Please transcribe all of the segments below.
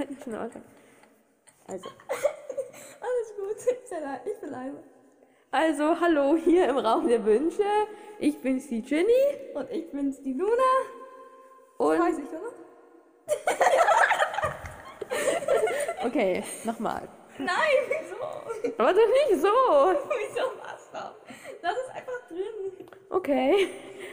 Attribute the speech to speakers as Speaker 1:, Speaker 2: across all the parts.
Speaker 1: Okay. Also.
Speaker 2: Alles gut, ich bin leid, ich bin leise.
Speaker 1: Also, hallo hier im Raum der Wünsche. Ich bin's, die Ginny.
Speaker 2: Und ich bin's, die Luna.
Speaker 1: Und.
Speaker 2: Weiß ich, oder?
Speaker 1: Okay, nochmal.
Speaker 2: Nein, wieso?
Speaker 1: Aber doch nicht so.
Speaker 2: Wieso Wasser? Das ist einfach drin.
Speaker 1: Okay.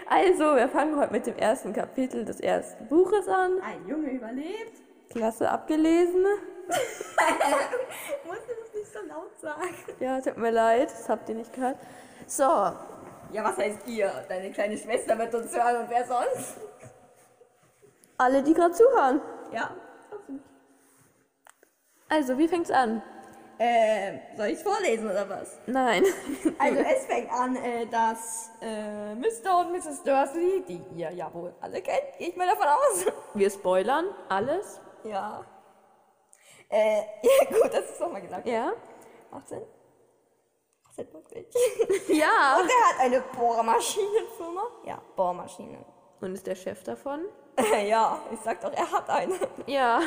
Speaker 1: Also, wir fangen heute mit dem ersten Kapitel des ersten Buches an.
Speaker 2: Ein Junge überlebt.
Speaker 1: Klasse abgelesen.
Speaker 2: Musst du das nicht so laut sagen?
Speaker 1: Ja, tut mir leid, das habt ihr nicht gehört. So,
Speaker 2: Ja, was heißt ihr? Deine kleine Schwester wird uns hören und wer sonst?
Speaker 1: alle, die gerade zuhören.
Speaker 2: Ja.
Speaker 1: Also, wie fängt's an?
Speaker 2: Ähm, soll ich vorlesen oder was?
Speaker 1: Nein.
Speaker 2: Also es fängt an, äh, dass äh, Mr. und Mrs. Dursley, die ihr ja wohl alle kennt, gehe ich mal davon aus.
Speaker 1: Wir spoilern alles.
Speaker 2: Ja. Äh, ja gut, das ist nochmal gesagt.
Speaker 1: Ja?
Speaker 2: 18? 18 wirklich.
Speaker 1: Ja.
Speaker 2: Und er hat eine Bohrmaschinenfirma. Ja, Bohrmaschinen.
Speaker 1: Und ist der Chef davon?
Speaker 2: ja, ich sag doch, er hat eine.
Speaker 1: Ja.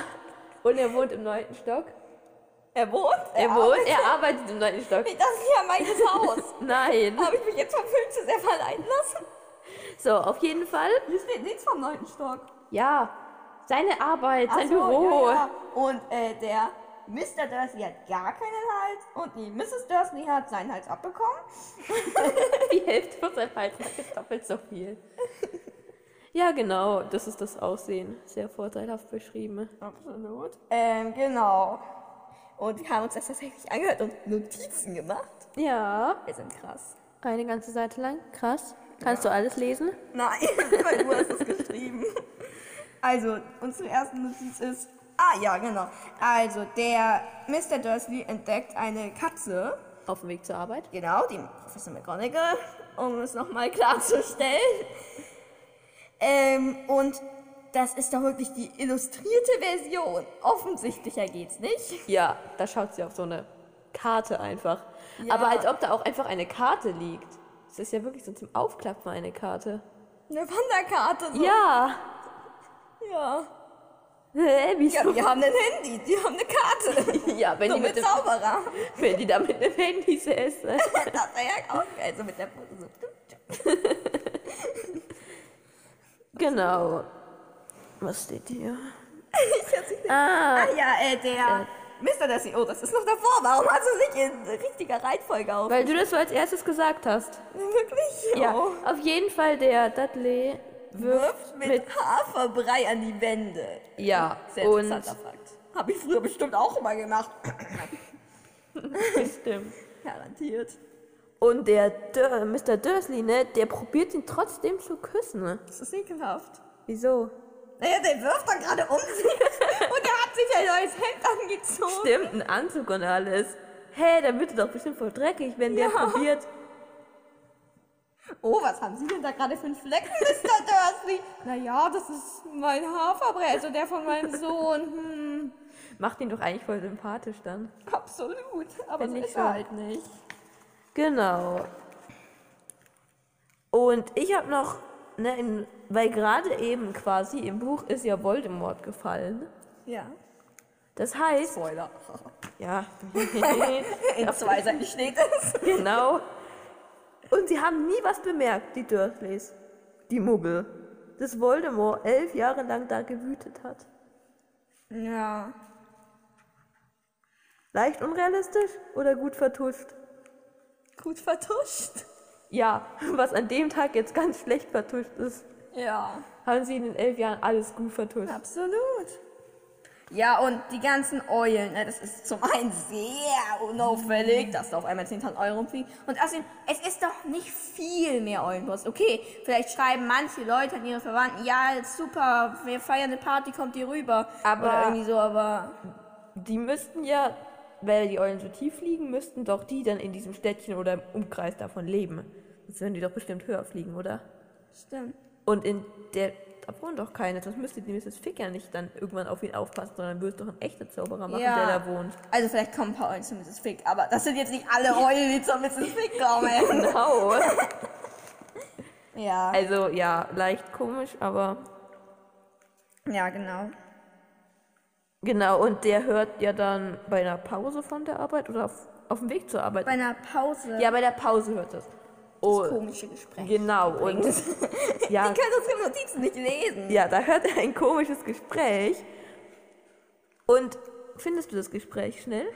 Speaker 1: Und er wohnt im neunten Stock.
Speaker 2: Er wohnt?
Speaker 1: Er wohnt,
Speaker 2: arbeitet-
Speaker 1: er arbeitet im neunten Stock.
Speaker 2: Das ist ja mein Haus.
Speaker 1: Nein.
Speaker 2: Habe ich mich jetzt vom Film zu sehr verleiten lassen?
Speaker 1: So, auf jeden Fall.
Speaker 2: Hier steht nichts vom neunten Stock.
Speaker 1: Ja. Seine Arbeit, sein
Speaker 2: Ach so,
Speaker 1: Büro.
Speaker 2: ja, ja. Und äh, der Mr. Dursley hat gar keinen Hals und die Mrs. Dursley hat seinen Hals abbekommen.
Speaker 1: Die Hälfte von seinem Beitrag ist doppelt so viel. Ja, genau. Das ist das Aussehen. Sehr vorteilhaft beschrieben.
Speaker 2: Absolut. Ähm, genau. Und wir haben uns das tatsächlich angehört und Notizen gemacht.
Speaker 1: Ja.
Speaker 2: Wir sind krass.
Speaker 1: Eine ganze Seite lang. Krass. Kannst du alles lesen?
Speaker 2: Nein, weil du hast es geschrieben. Also, unsere erste Notiz ist. Ah ja, genau. Also, der Mr. Dursley entdeckt eine Katze.
Speaker 1: Auf dem Weg zur Arbeit?
Speaker 2: Genau, die Professor McGonagall, um es nochmal klarzustellen. Ähm, und das ist doch wirklich die illustrierte Version. Offensichtlicher geht's nicht.
Speaker 1: Ja, da schaut sie auf so eine Karte einfach.
Speaker 2: Ja.
Speaker 1: Aber als ob da auch einfach eine Karte liegt. Das ist ja wirklich so zum Aufklappen eine Karte.
Speaker 2: Eine Wanderkarte. So.
Speaker 1: Ja.
Speaker 2: ja.
Speaker 1: Hä,
Speaker 2: Ja,
Speaker 1: wieso?
Speaker 2: die haben ein Handy, die haben eine Karte.
Speaker 1: Ja, wenn
Speaker 2: so
Speaker 1: die mit
Speaker 2: mit
Speaker 1: dem,
Speaker 2: Zauberer.
Speaker 1: wenn die da mit dem Handy säße.
Speaker 2: das wäre ja auch geil. So mit der Brille. So.
Speaker 1: Genau. Was steht hier?
Speaker 2: Ich hab's nicht-
Speaker 1: Ah,
Speaker 2: ah ja, äh, der Mr. Dursley. Oh, das ist noch davor. Warum hast du es nicht in richtiger Reihenfolge auf?
Speaker 1: weil du das so als erstes gesagt hast.
Speaker 2: Wirklich?
Speaker 1: Ja,
Speaker 2: Oh.
Speaker 1: auf jeden Fall der Dudley wirft
Speaker 2: wirft
Speaker 1: mit.
Speaker 2: mit, Haferbrei an die Wände.
Speaker 1: Ja,
Speaker 2: Sehr
Speaker 1: und-
Speaker 2: interessanter Fakt. Habe ich früher bestimmt auch immer gemacht.
Speaker 1: Bestimmt.
Speaker 2: Garantiert.
Speaker 1: Und der Dur Mr. Dursley, ne, der probiert ihn trotzdem zu küssen.
Speaker 2: Das ist ekelhaft.
Speaker 1: Wieso?
Speaker 2: Naja, der wirft dann gerade um sich und er hat sich ein neues Hemd angezogen.
Speaker 1: Stimmt, ein Anzug und alles. Hä, dann wird er doch bestimmt voll dreckig, wenn der
Speaker 2: Ja.
Speaker 1: probiert.
Speaker 2: Oh, was haben Sie denn da gerade für einen Flecken, Mr. Dursley? Naja, das ist mein Haferbrei, also der von meinem Sohn. Hm,
Speaker 1: Macht ihn doch eigentlich voll sympathisch dann.
Speaker 2: absolut. Aber
Speaker 1: Bin
Speaker 2: so
Speaker 1: ich
Speaker 2: ist er
Speaker 1: so.
Speaker 2: halt nicht.
Speaker 1: Genau. Und ich habe noch, ne, in, weil gerade eben quasi im Buch ist ja Voldemort gefallen.
Speaker 2: Ja.
Speaker 1: Das heißt,
Speaker 2: Spoiler.
Speaker 1: ja,
Speaker 2: In zwei Seiten steht es.
Speaker 1: genau. Und sie haben nie was bemerkt, die Dursleys, die Muggel, dass Voldemort elf Jahre lang da gewütet hat.
Speaker 2: Ja.
Speaker 1: Leicht unrealistisch oder gut vertuscht?
Speaker 2: Gut vertuscht.
Speaker 1: Ja, was an dem Tag jetzt ganz schlecht vertuscht ist,
Speaker 2: Ja.
Speaker 1: haben sie in den elf Jahren alles gut vertuscht.
Speaker 2: Absolut. Ja, und die ganzen Eulen, ne, das ist zum einen sehr unauffällig, dass da auf einmal 10.000 Euro rumfliegen. Und außerdem, es ist doch nicht viel mehr Eulenbrust. Okay, vielleicht schreiben manche Leute an ihre Verwandten, ja, super, wir feiern eine Party, kommt ihr rüber.
Speaker 1: Aber-
Speaker 2: Oder irgendwie so, aber...
Speaker 1: Die müssten ja, weil die Eulen so tief fliegen, müssten doch die dann in diesem Städtchen oder im Umkreis davon leben. Sonst würden die doch bestimmt höher fliegen, oder?
Speaker 2: Stimmt.
Speaker 1: Und in der. Da wohnen doch keine, sonst müsste die Mrs. Fick ja nicht dann irgendwann auf ihn aufpassen, sondern würde es doch ein echter Zauberer machen,
Speaker 2: Ja.
Speaker 1: der da wohnt.
Speaker 2: Also vielleicht kommen ein paar Eulen zu Mrs. Fick, aber das sind jetzt nicht alle Eulen, die zu Mrs. Fick kommen.
Speaker 1: Genau.
Speaker 2: ja.
Speaker 1: also ja, leicht komisch, aber
Speaker 2: Ja, genau.
Speaker 1: Genau, und der hört ja dann bei einer Pause von der Arbeit oder auf, auf dem Weg zur Arbeit.
Speaker 2: Bei einer Pause.
Speaker 1: ja, bei der Pause hört das. Oh,
Speaker 2: Das komische Gespräch.
Speaker 1: genau. Und, ja,
Speaker 2: Ich kann unsere Notizen nicht lesen.
Speaker 1: ja, da hört er ein komisches Gespräch. Und findest du das Gespräch schnell?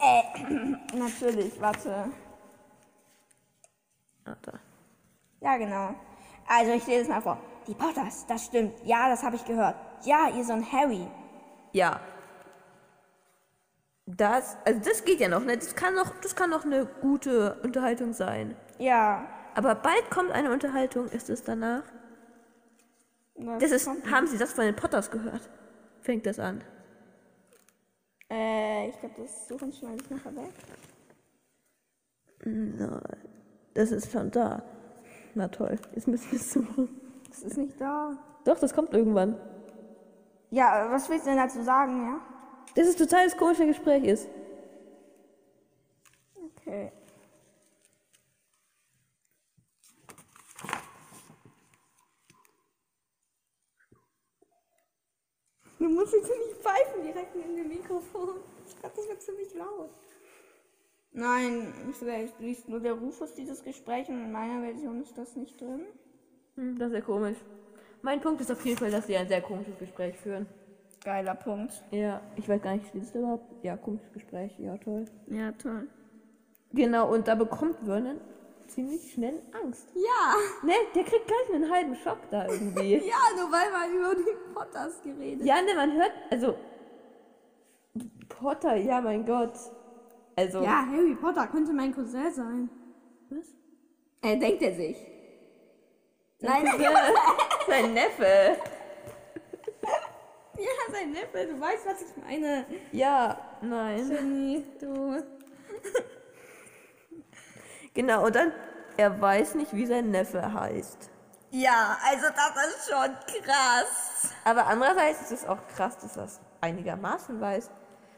Speaker 2: Äh, natürlich, warte.
Speaker 1: Ah, da.
Speaker 2: Ja, genau. Also, ich lese es mal vor. Die Potters, das stimmt. Ja, das habe ich gehört. Ja, ihr Sohn Harry.
Speaker 1: Ja. Das, also das geht ja noch, ne? Das kann noch, das kann noch eine gute Unterhaltung sein.
Speaker 2: Ja.
Speaker 1: Aber bald kommt eine Unterhaltung, ist es danach. Das ist,
Speaker 2: kommt-
Speaker 1: haben Sie das von den Potters gehört? Fängt das an.
Speaker 2: Äh, ich glaube, das suchen schneide ich nachher weg.
Speaker 1: Nein, das ist schon da. Na toll, jetzt müssen wir es suchen.
Speaker 2: Das ist nicht da.
Speaker 1: Doch, das kommt irgendwann.
Speaker 2: Ja, äh, was willst du denn dazu sagen, ja?
Speaker 1: Das ist total das komische Gespräch ist.
Speaker 2: Okay. Du musst jetzt nicht pfeifen direkt in dem Mikrofon. Ich glaube, das wird ziemlich laut. Nein, vielleicht liest nur der Rufus dieses Gespräch und in meiner Version ist das nicht drin.
Speaker 1: Hm, das ist ja komisch. Mein Punkt ist auf jeden Fall, dass Sie ein sehr komisches Gespräch führen.
Speaker 2: Geiler Punkt.
Speaker 1: Ja, ich weiß gar nicht, steht es da überhaupt? Ja, komisches Gespräch, ja toll.
Speaker 2: Ja, toll.
Speaker 1: Genau, und da bekommt Vernon ziemlich schnell Angst.
Speaker 2: Ja,
Speaker 1: Ne, der kriegt gleich einen halben Schock da irgendwie.
Speaker 2: ja, nur weil wir über die Potters geredet
Speaker 1: ja, ne, man hört, also Potter, ja, mein Gott. Also,
Speaker 2: Ja, Harry Potter könnte mein Cousin sein.
Speaker 1: was?
Speaker 2: Äh, denkt er sich. Nein,
Speaker 1: Sein Neffe.
Speaker 2: ja, sein Neffe, du weißt, was ich meine.
Speaker 1: Ja, nein.
Speaker 2: Jenny, du.
Speaker 1: Genau, und dann, er weiß nicht, wie sein Neffe heißt.
Speaker 2: Ja, also das ist schon krass.
Speaker 1: Aber andererseits ist es auch krass, dass er es einigermaßen weiß.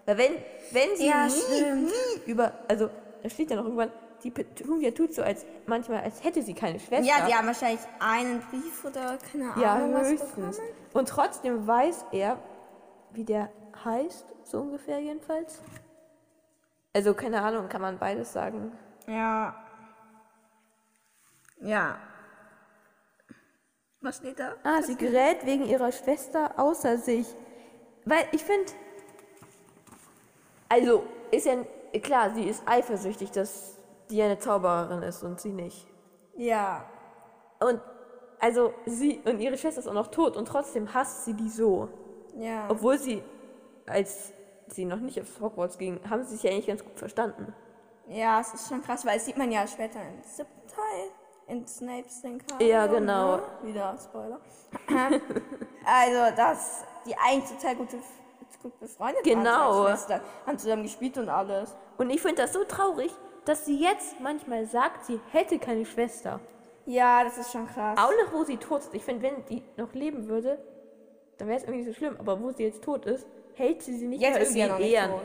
Speaker 1: Weil wenn, wenn sie
Speaker 2: Ja,
Speaker 1: nie,
Speaker 2: stimmt.
Speaker 1: nie über, also da steht ja noch irgendwann, die Petunia tut so als manchmal, als hätte sie keine Schwester.
Speaker 2: Ja, die haben wahrscheinlich einen Brief oder keine
Speaker 1: Ja,
Speaker 2: Ahnung was
Speaker 1: höchstens.
Speaker 2: bekommen.
Speaker 1: Und trotzdem weiß er, wie der heißt, so ungefähr jedenfalls. Also keine Ahnung, kann man beides sagen.
Speaker 2: Ja. Ja. Was steht da?
Speaker 1: Ah, sie gerät wegen ihrer Schwester außer sich. Weil ich finde, also ist ja klar, sie ist eifersüchtig, dass die eine Zaubererin ist und sie nicht.
Speaker 2: Ja.
Speaker 1: Und also sie und ihre Schwester ist auch noch tot und trotzdem hasst sie die so.
Speaker 2: Ja.
Speaker 1: Obwohl sie, als sie noch nicht aufs Hogwarts ging, haben sie sich ja eigentlich ganz gut verstanden.
Speaker 2: Ja, es ist schon krass, weil das sieht man ja später im siebten Teil in Snapes den
Speaker 1: Ja, genau.
Speaker 2: Ne? Wieder Spoiler. also, das, die eigentlich total gute, gut befreundet
Speaker 1: Genau.
Speaker 2: waren. zwei Schwestern, Haben zusammen gespielt und alles.
Speaker 1: Und ich finde das so traurig, dass sie jetzt manchmal sagt, sie hätte keine Schwester.
Speaker 2: Ja, das ist schon krass.
Speaker 1: Auch noch, wo sie tot ist. Ich finde, wenn die noch leben würde, dann wäre es irgendwie nicht so schlimm. Aber wo sie jetzt tot ist, hält sie sie nicht
Speaker 2: Jetzt
Speaker 1: mehr
Speaker 2: ist sie ja noch
Speaker 1: irgendwie
Speaker 2: nicht
Speaker 1: Ehren.
Speaker 2: tot.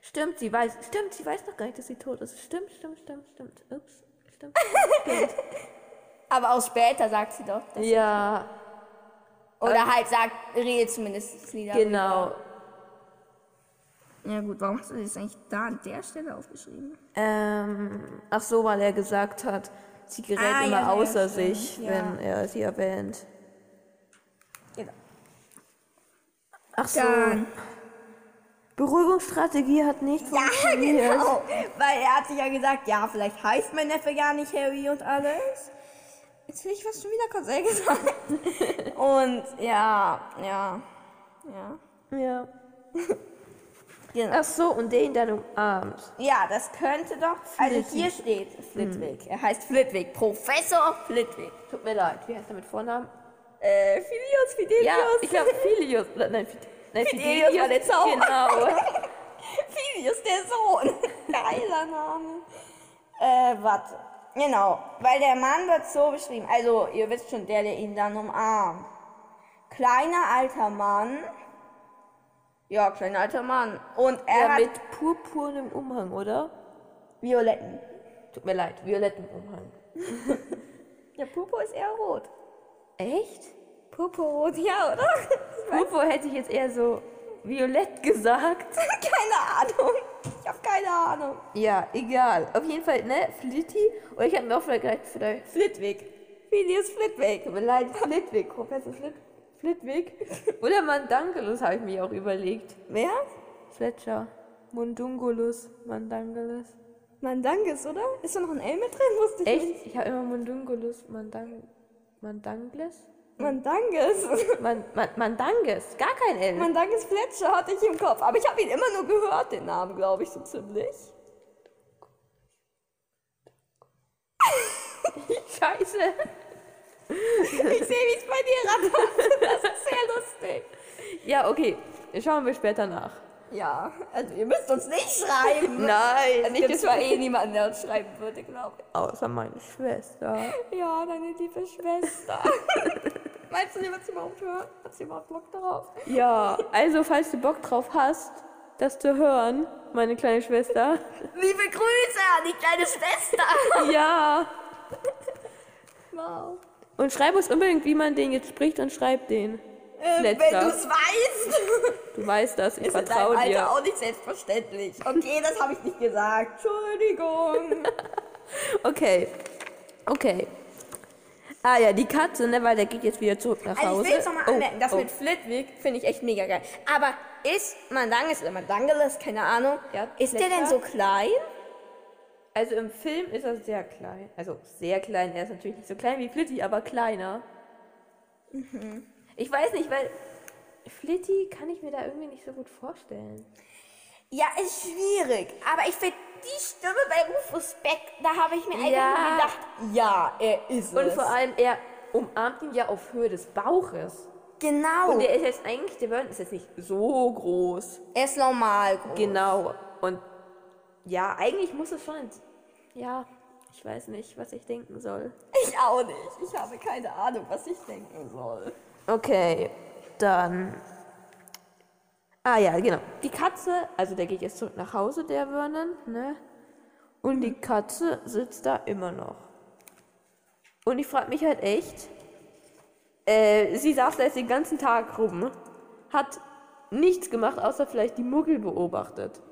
Speaker 1: Stimmt, sie weiß. Stimmt, sie weiß noch gar nicht, dass sie tot ist. Stimmt, stimmt, stimmt, stimmt. Ups, stimmt. stimmt.
Speaker 2: Aber auch später sagt sie doch. dass-
Speaker 1: ja, Äh.
Speaker 2: Oder halt sagt, redet zumindest Lieder.
Speaker 1: genau.
Speaker 2: Ja, gut, warum hast du das eigentlich da an der Stelle aufgeschrieben?
Speaker 1: Ähm, ach so, weil er gesagt hat, sie gerät
Speaker 2: Ah, ja,
Speaker 1: immer
Speaker 2: ja,
Speaker 1: außer
Speaker 2: stimmt,
Speaker 1: sich,
Speaker 2: ja.
Speaker 1: wenn er sie erwähnt.
Speaker 2: Genau.
Speaker 1: Ach so.
Speaker 2: Dann-
Speaker 1: Beruhigungsstrategie hat nicht
Speaker 2: Ja,
Speaker 1: funktioniert.
Speaker 2: genau. Weil er hat sich ja gesagt, ja, vielleicht heißt mein Neffe gar nicht Harry und alles. Jetzt will ich was schon wieder Cousin gesagt. und ja, ja, ja.
Speaker 1: Ja.
Speaker 2: Genau.
Speaker 1: Ach so, und den dann umarmt.
Speaker 2: Ja, das könnte doch. Also hier steht Flitwick.
Speaker 1: Hm.
Speaker 2: Er heißt Flitwick. Professor Flitwick.
Speaker 1: Tut mir leid, wie heißt er mit Vornamen?
Speaker 2: Äh, Filius, Fidelius.
Speaker 1: Ja, ich glaube Filius. Oder, nein, Fid nein,
Speaker 2: Fidelius war der Zauberer.
Speaker 1: Genau.
Speaker 2: Filius, der Sohn. Geiler Name. Äh, warte. Genau, weil der Mann wird so beschrieben. Also, ihr wisst schon, der, der ihn dann umarmt. Kleiner alter Mann. Ja, kleiner alter Mann. Und er
Speaker 1: Ja,
Speaker 2: hat
Speaker 1: mit purpurnem Umhang, oder?
Speaker 2: violetten.
Speaker 1: Tut mir leid, violettem Umhang.
Speaker 2: Der Purpur ist eher rot.
Speaker 1: Echt?
Speaker 2: Purpurrot, ja, oder?
Speaker 1: Purpur hätte ich jetzt eher so Violett gesagt.
Speaker 2: keine Ahnung. Ich habe keine Ahnung.
Speaker 1: Ja, egal. Auf jeden Fall, ne? Flitty. Und ich habe mir auch vielleicht gedacht, vielleicht
Speaker 2: Flitwick. Phineas Flitwick.
Speaker 1: Tut mir leid, Flitwick, Professor Flit Flitwick. Oder Mandangelus habe ich mir auch überlegt.
Speaker 2: Wer?
Speaker 1: Fletcher. Mundungulus, Mandangelus.
Speaker 2: Mandangis, oder? Ist da noch ein L mit drin? Wusste ich nicht.
Speaker 1: Echt? Ich habe immer Mundungulus, Mandang Mandangles?
Speaker 2: Mandangis.
Speaker 1: Man Man Mandanges, gar kein L.
Speaker 2: Mandangis Fletcher hatte ich im Kopf. Aber ich habe ihn immer nur gehört, den Namen, glaube ich, so ziemlich.
Speaker 1: Scheiße.
Speaker 2: Ich sehe, wie es bei dir rattert. Das ist sehr lustig.
Speaker 1: Ja, okay. Schauen wir später nach.
Speaker 2: Ja, also ihr müsst uns nicht schreiben.
Speaker 1: Nein,
Speaker 2: Nicht, das war eh niemand, der uns schreiben würde, glaube
Speaker 1: Außer meine Schwester.
Speaker 2: ich. Ja, deine liebe Schwester. Meinst du, die wird sie überhaupt hören? Hat sie überhaupt Bock darauf?
Speaker 1: Ja, also falls du Bock drauf hast, das zu hören, meine kleine Schwester.
Speaker 2: Liebe Grüße an die kleine Schwester.
Speaker 1: Ja.
Speaker 2: Wow.
Speaker 1: Und schreib uns unbedingt, wie man den jetzt spricht und schreib den.
Speaker 2: Äh, wenn
Speaker 1: Letzter.
Speaker 2: du es weißt,
Speaker 1: Du weißt das, ich
Speaker 2: ist in deinem
Speaker 1: vertraue
Speaker 2: Alter
Speaker 1: dir.
Speaker 2: auch nicht selbstverständlich. Okay, das habe ich nicht gesagt. Entschuldigung.
Speaker 1: Okay. Okay. Ah ja, die Katze, ne, weil der geht jetzt wieder zurück nach
Speaker 2: Also
Speaker 1: Hause.
Speaker 2: ich will jetzt nochmal
Speaker 1: Oh,
Speaker 2: anmerken, das
Speaker 1: oh.
Speaker 2: mit Flitwick finde ich echt mega geil. Aber ist Mandanges oder Mandangeles, keine Ahnung,
Speaker 1: Ja,
Speaker 2: ist der denn
Speaker 1: Fletcher.
Speaker 2: so klein?
Speaker 1: Also im Film ist er sehr klein. Also sehr klein. Er ist natürlich nicht so klein wie Flitty, aber kleiner. Ich weiß nicht, weil Flitty kann ich mir da irgendwie nicht so gut vorstellen.
Speaker 2: Ja, ist schwierig. Aber ich finde die Stimme bei Rufus Beck, da habe ich mir einfach
Speaker 1: Ja.
Speaker 2: nur gedacht, ja, er ist
Speaker 1: Und
Speaker 2: es.
Speaker 1: vor allem, er umarmt ihn ja auf Höhe des Bauches.
Speaker 2: genau.
Speaker 1: Und der ist jetzt eigentlich, der Burn ist jetzt nicht so groß.
Speaker 2: er ist normal groß.
Speaker 1: Genau. Und ja, eigentlich muss es schon. Ja, ich weiß nicht, was ich denken soll.
Speaker 2: Ich auch nicht. Ich habe keine Ahnung, was ich denken soll.
Speaker 1: Okay, dann. Ah ja, genau. Die Katze, also der geht jetzt zurück nach Hause, der Vernon, ne? Und die Katze sitzt da immer noch. Und ich frage mich halt echt, äh, sie saß da jetzt den ganzen Tag rum, hat nichts gemacht, außer vielleicht die Muggel beobachtet.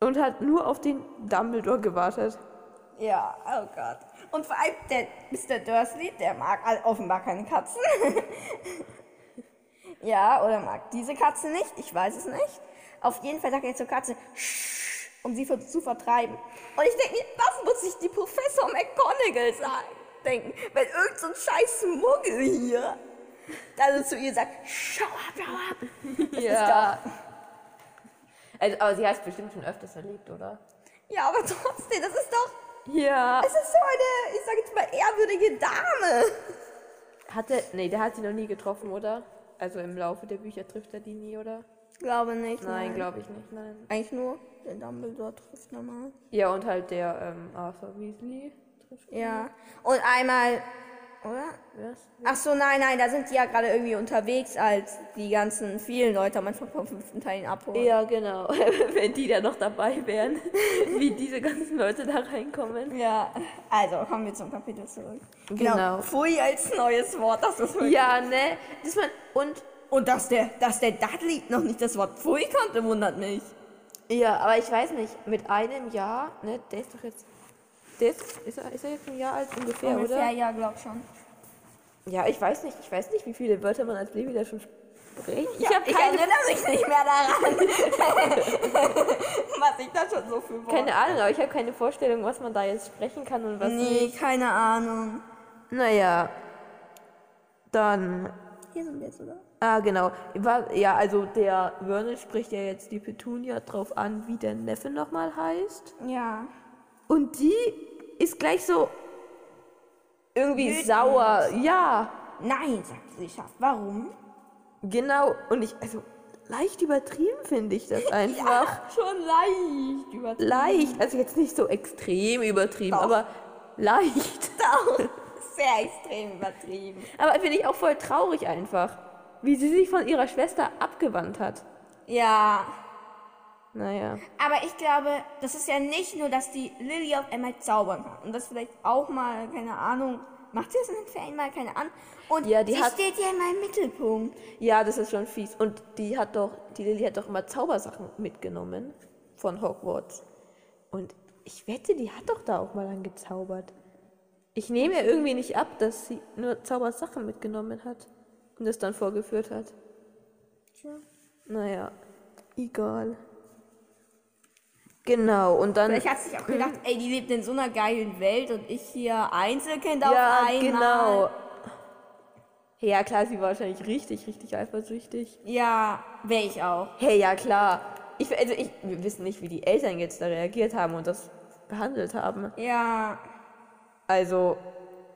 Speaker 1: Und hat nur auf den Dumbledore gewartet.
Speaker 2: Ja, oh Gott. Und vor allem der Mr. Dursley, der mag all- offenbar keine Katzen. ja, oder mag diese Katze nicht, ich weiß es nicht. Auf jeden Fall sagt er zur Katze, "Sch", um sie ver- zu vertreiben. Und ich denke mir, was muss sich die Professor McGonagall sagen, denken, wenn irgend so ein scheiß Muggel hier also zu ihr sagt, schau ab, schau ab.
Speaker 1: Ja. Also, aber sie hat es bestimmt schon öfters erlebt, oder?
Speaker 2: Ja, aber trotzdem, das ist doch,
Speaker 1: Ja.
Speaker 2: das ist so eine, ich sage jetzt mal, ehrwürdige Dame.
Speaker 1: Hat er, nee, der hat sie noch nie getroffen, oder? Also im Laufe der Bücher trifft er die nie, oder?
Speaker 2: Glaube nicht,
Speaker 1: Nein, glaube ich nicht, nein.
Speaker 2: Eigentlich nur der Dumbledore trifft nochmal.
Speaker 1: Ja, und halt der ähm, Arthur Weasley trifft
Speaker 2: Ja. Und einmal, oder?
Speaker 1: was?
Speaker 2: Ach so, nein, nein, da sind die ja gerade irgendwie unterwegs, als die ganzen vielen Leute am Anfang vom fünften Teil ihn abholen.
Speaker 1: Ja, genau. Wenn die da noch dabei wären, wie diese ganzen Leute da reinkommen.
Speaker 2: Ja, also kommen wir zum Kapitel zurück.
Speaker 1: Genau.
Speaker 2: Pfui als neues Wort, das ist wirklich-
Speaker 1: Ja, ne? Das man, und,
Speaker 2: Und dass der, dass der Dudley noch nicht das Wort Pfui kannte, wundert mich.
Speaker 1: ja, aber ich weiß nicht, mit einem Jahr, ne? Der ist doch jetzt, der ist, ist, er, ist er jetzt ein Jahr alt ungefähr, oder?
Speaker 2: ja, glaub schon.
Speaker 1: Ja, ich weiß nicht, ich weiß nicht, wie viele Wörter man als Baby da schon spricht. Ich
Speaker 2: Ich,
Speaker 1: habe keine
Speaker 2: erinnere mich nicht mehr daran, was ich da schon so für Worte...
Speaker 1: Keine Ahnung, aber ich habe keine Vorstellung, was man da jetzt sprechen kann und was
Speaker 2: nee, keine Ahnung.
Speaker 1: Naja, dann.
Speaker 2: Hier sind wir jetzt, oder?
Speaker 1: Ah, genau. Wa- Ja, also der Vernon spricht ja jetzt die Petunia drauf an, wie der Neffe nochmal heißt.
Speaker 2: Ja.
Speaker 1: Und die ist gleich so irgendwie sauer. Ja,
Speaker 2: Nein, sagt sie scharf. Warum?
Speaker 1: genau. Und ich, also leicht übertrieben finde ich das einfach.
Speaker 2: schon leicht übertrieben.
Speaker 1: Leicht, also jetzt nicht so extrem übertrieben,
Speaker 2: Doch.
Speaker 1: aber leicht.
Speaker 2: Doch. Sehr extrem übertrieben.
Speaker 1: Aber finde ich auch voll traurig einfach, wie sie sich von ihrer Schwester abgewandt hat.
Speaker 2: Ja.
Speaker 1: Naja.
Speaker 2: Aber ich glaube, das ist ja nicht nur, dass die Lily auf einmal zaubern kann. Und das vielleicht auch mal, keine Ahnung, macht sie das in den Ferien mal keine an. Und
Speaker 1: Ja, die
Speaker 2: sie
Speaker 1: hat-
Speaker 2: steht ja immer im Mittelpunkt.
Speaker 1: Ja, das ist schon fies. Und die hat doch, die Lilly hat doch immer Zaubersachen mitgenommen von Hogwarts. Und ich wette, die hat doch da auch mal angezaubert. Ich nehme ihr irgendwie nicht ab, dass sie nur Zaubersachen mitgenommen hat und das dann vorgeführt hat. Naja, egal. Genau, und dann.
Speaker 2: Vielleicht hat sie sich auch gedacht, ey, die lebt in so einer geilen Welt und ich hier Einzelkind auf
Speaker 1: ja,
Speaker 2: einmal.
Speaker 1: genau. Ja, klar, sie war wahrscheinlich richtig, richtig eifersüchtig.
Speaker 2: Ja, wäre ich auch.
Speaker 1: Hey, ja klar. Ich, also ich, wir wissen nicht, wie die Eltern jetzt da reagiert haben und das behandelt haben.
Speaker 2: Ja.
Speaker 1: Also,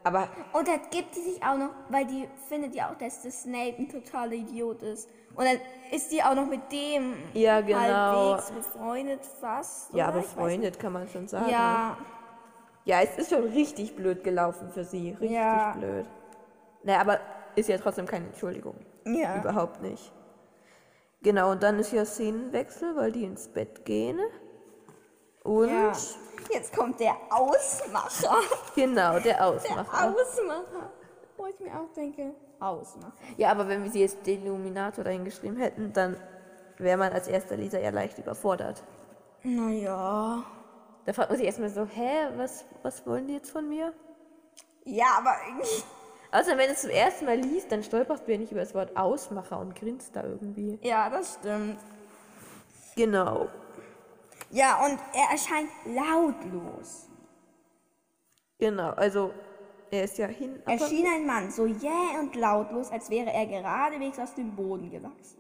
Speaker 1: aber
Speaker 2: Und dann gibt die sich auch noch, weil die findet ja auch, dass der Snape ein totaler Idiot ist. Und dann ist die auch noch mit dem
Speaker 1: Ja, genau.
Speaker 2: halbwegs befreundet fast.
Speaker 1: ja,
Speaker 2: oder? Ich weiß
Speaker 1: befreundet kann man schon sagen.
Speaker 2: nicht. Ja,
Speaker 1: ja, es ist schon richtig blöd gelaufen für sie. Richtig
Speaker 2: Ja.
Speaker 1: blöd. Naja, aber ist ja trotzdem keine Entschuldigung.
Speaker 2: Ja.
Speaker 1: Überhaupt nicht. Genau, und dann ist ja Szenenwechsel, weil die ins Bett gehen. Und
Speaker 2: ja. Jetzt kommt der Ausmacher.
Speaker 1: genau, der
Speaker 2: Der
Speaker 1: Ausmacher.
Speaker 2: Ausmacher. Wo ich mir auch denke, Ausmacher.
Speaker 1: Ja, aber wenn wir sie jetzt den Illuminator dahingeschrieben hätten, dann wäre man als erster Leser ja leicht überfordert.
Speaker 2: Naja.
Speaker 1: Da fragt man sich erstmal so, hä, was, was wollen die jetzt von mir?
Speaker 2: Ja, aber irgendwie.
Speaker 1: Außer wenn du es zum ersten Mal liest, dann stolperst du ja nicht über das Wort Ausmacher und grinst da irgendwie.
Speaker 2: Ja, das stimmt.
Speaker 1: Genau.
Speaker 2: Ja, und er erscheint lautlos.
Speaker 1: Genau, also er ist ja hin.
Speaker 2: Er
Speaker 1: aber-
Speaker 2: schien ein Mann, so jäh und lautlos, als wäre er geradewegs aus dem Boden gewachsen.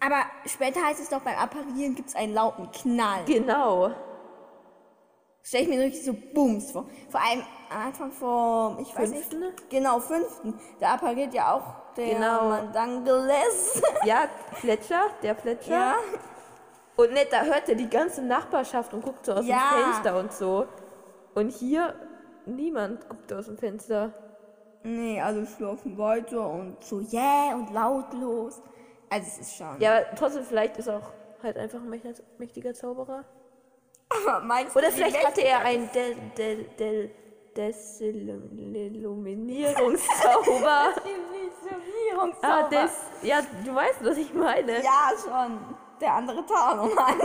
Speaker 2: Aber später heißt es doch, beim Apparieren gibt es einen lauten Knall.
Speaker 1: Genau.
Speaker 2: Stell ich mir richtig so Bums vor. Vor allem am Anfang vom, ich weiß
Speaker 1: Fünften?
Speaker 2: nicht, genau, fünften. Da appariert ja auch der
Speaker 1: Genau.
Speaker 2: Mandangeles.
Speaker 1: Ja, Fletcher, der Fletcher.
Speaker 2: Ja.
Speaker 1: Und nett, da hört er die ganze Nachbarschaft und guckt so aus
Speaker 2: Ja.
Speaker 1: dem Fenster und so. Und hier, niemand guckt aus dem Fenster.
Speaker 2: Nee, alle schlafen weiter und so jäh und lautlos. Also es ist schon.
Speaker 1: Ja, aber trotzdem, vielleicht ist er auch halt einfach ein mächtiger- mächtiger Zauberer.
Speaker 2: Ja, meinst du,
Speaker 1: Oder
Speaker 2: die
Speaker 1: vielleicht
Speaker 2: Welt-
Speaker 1: hatte er einen Del Del Del Desilluminierungszauber.
Speaker 2: Disillusionierungszauber.
Speaker 1: ah, des ja, du weißt, was ich meine.
Speaker 2: Ja, schon. Der andere halt. Tarnumhang.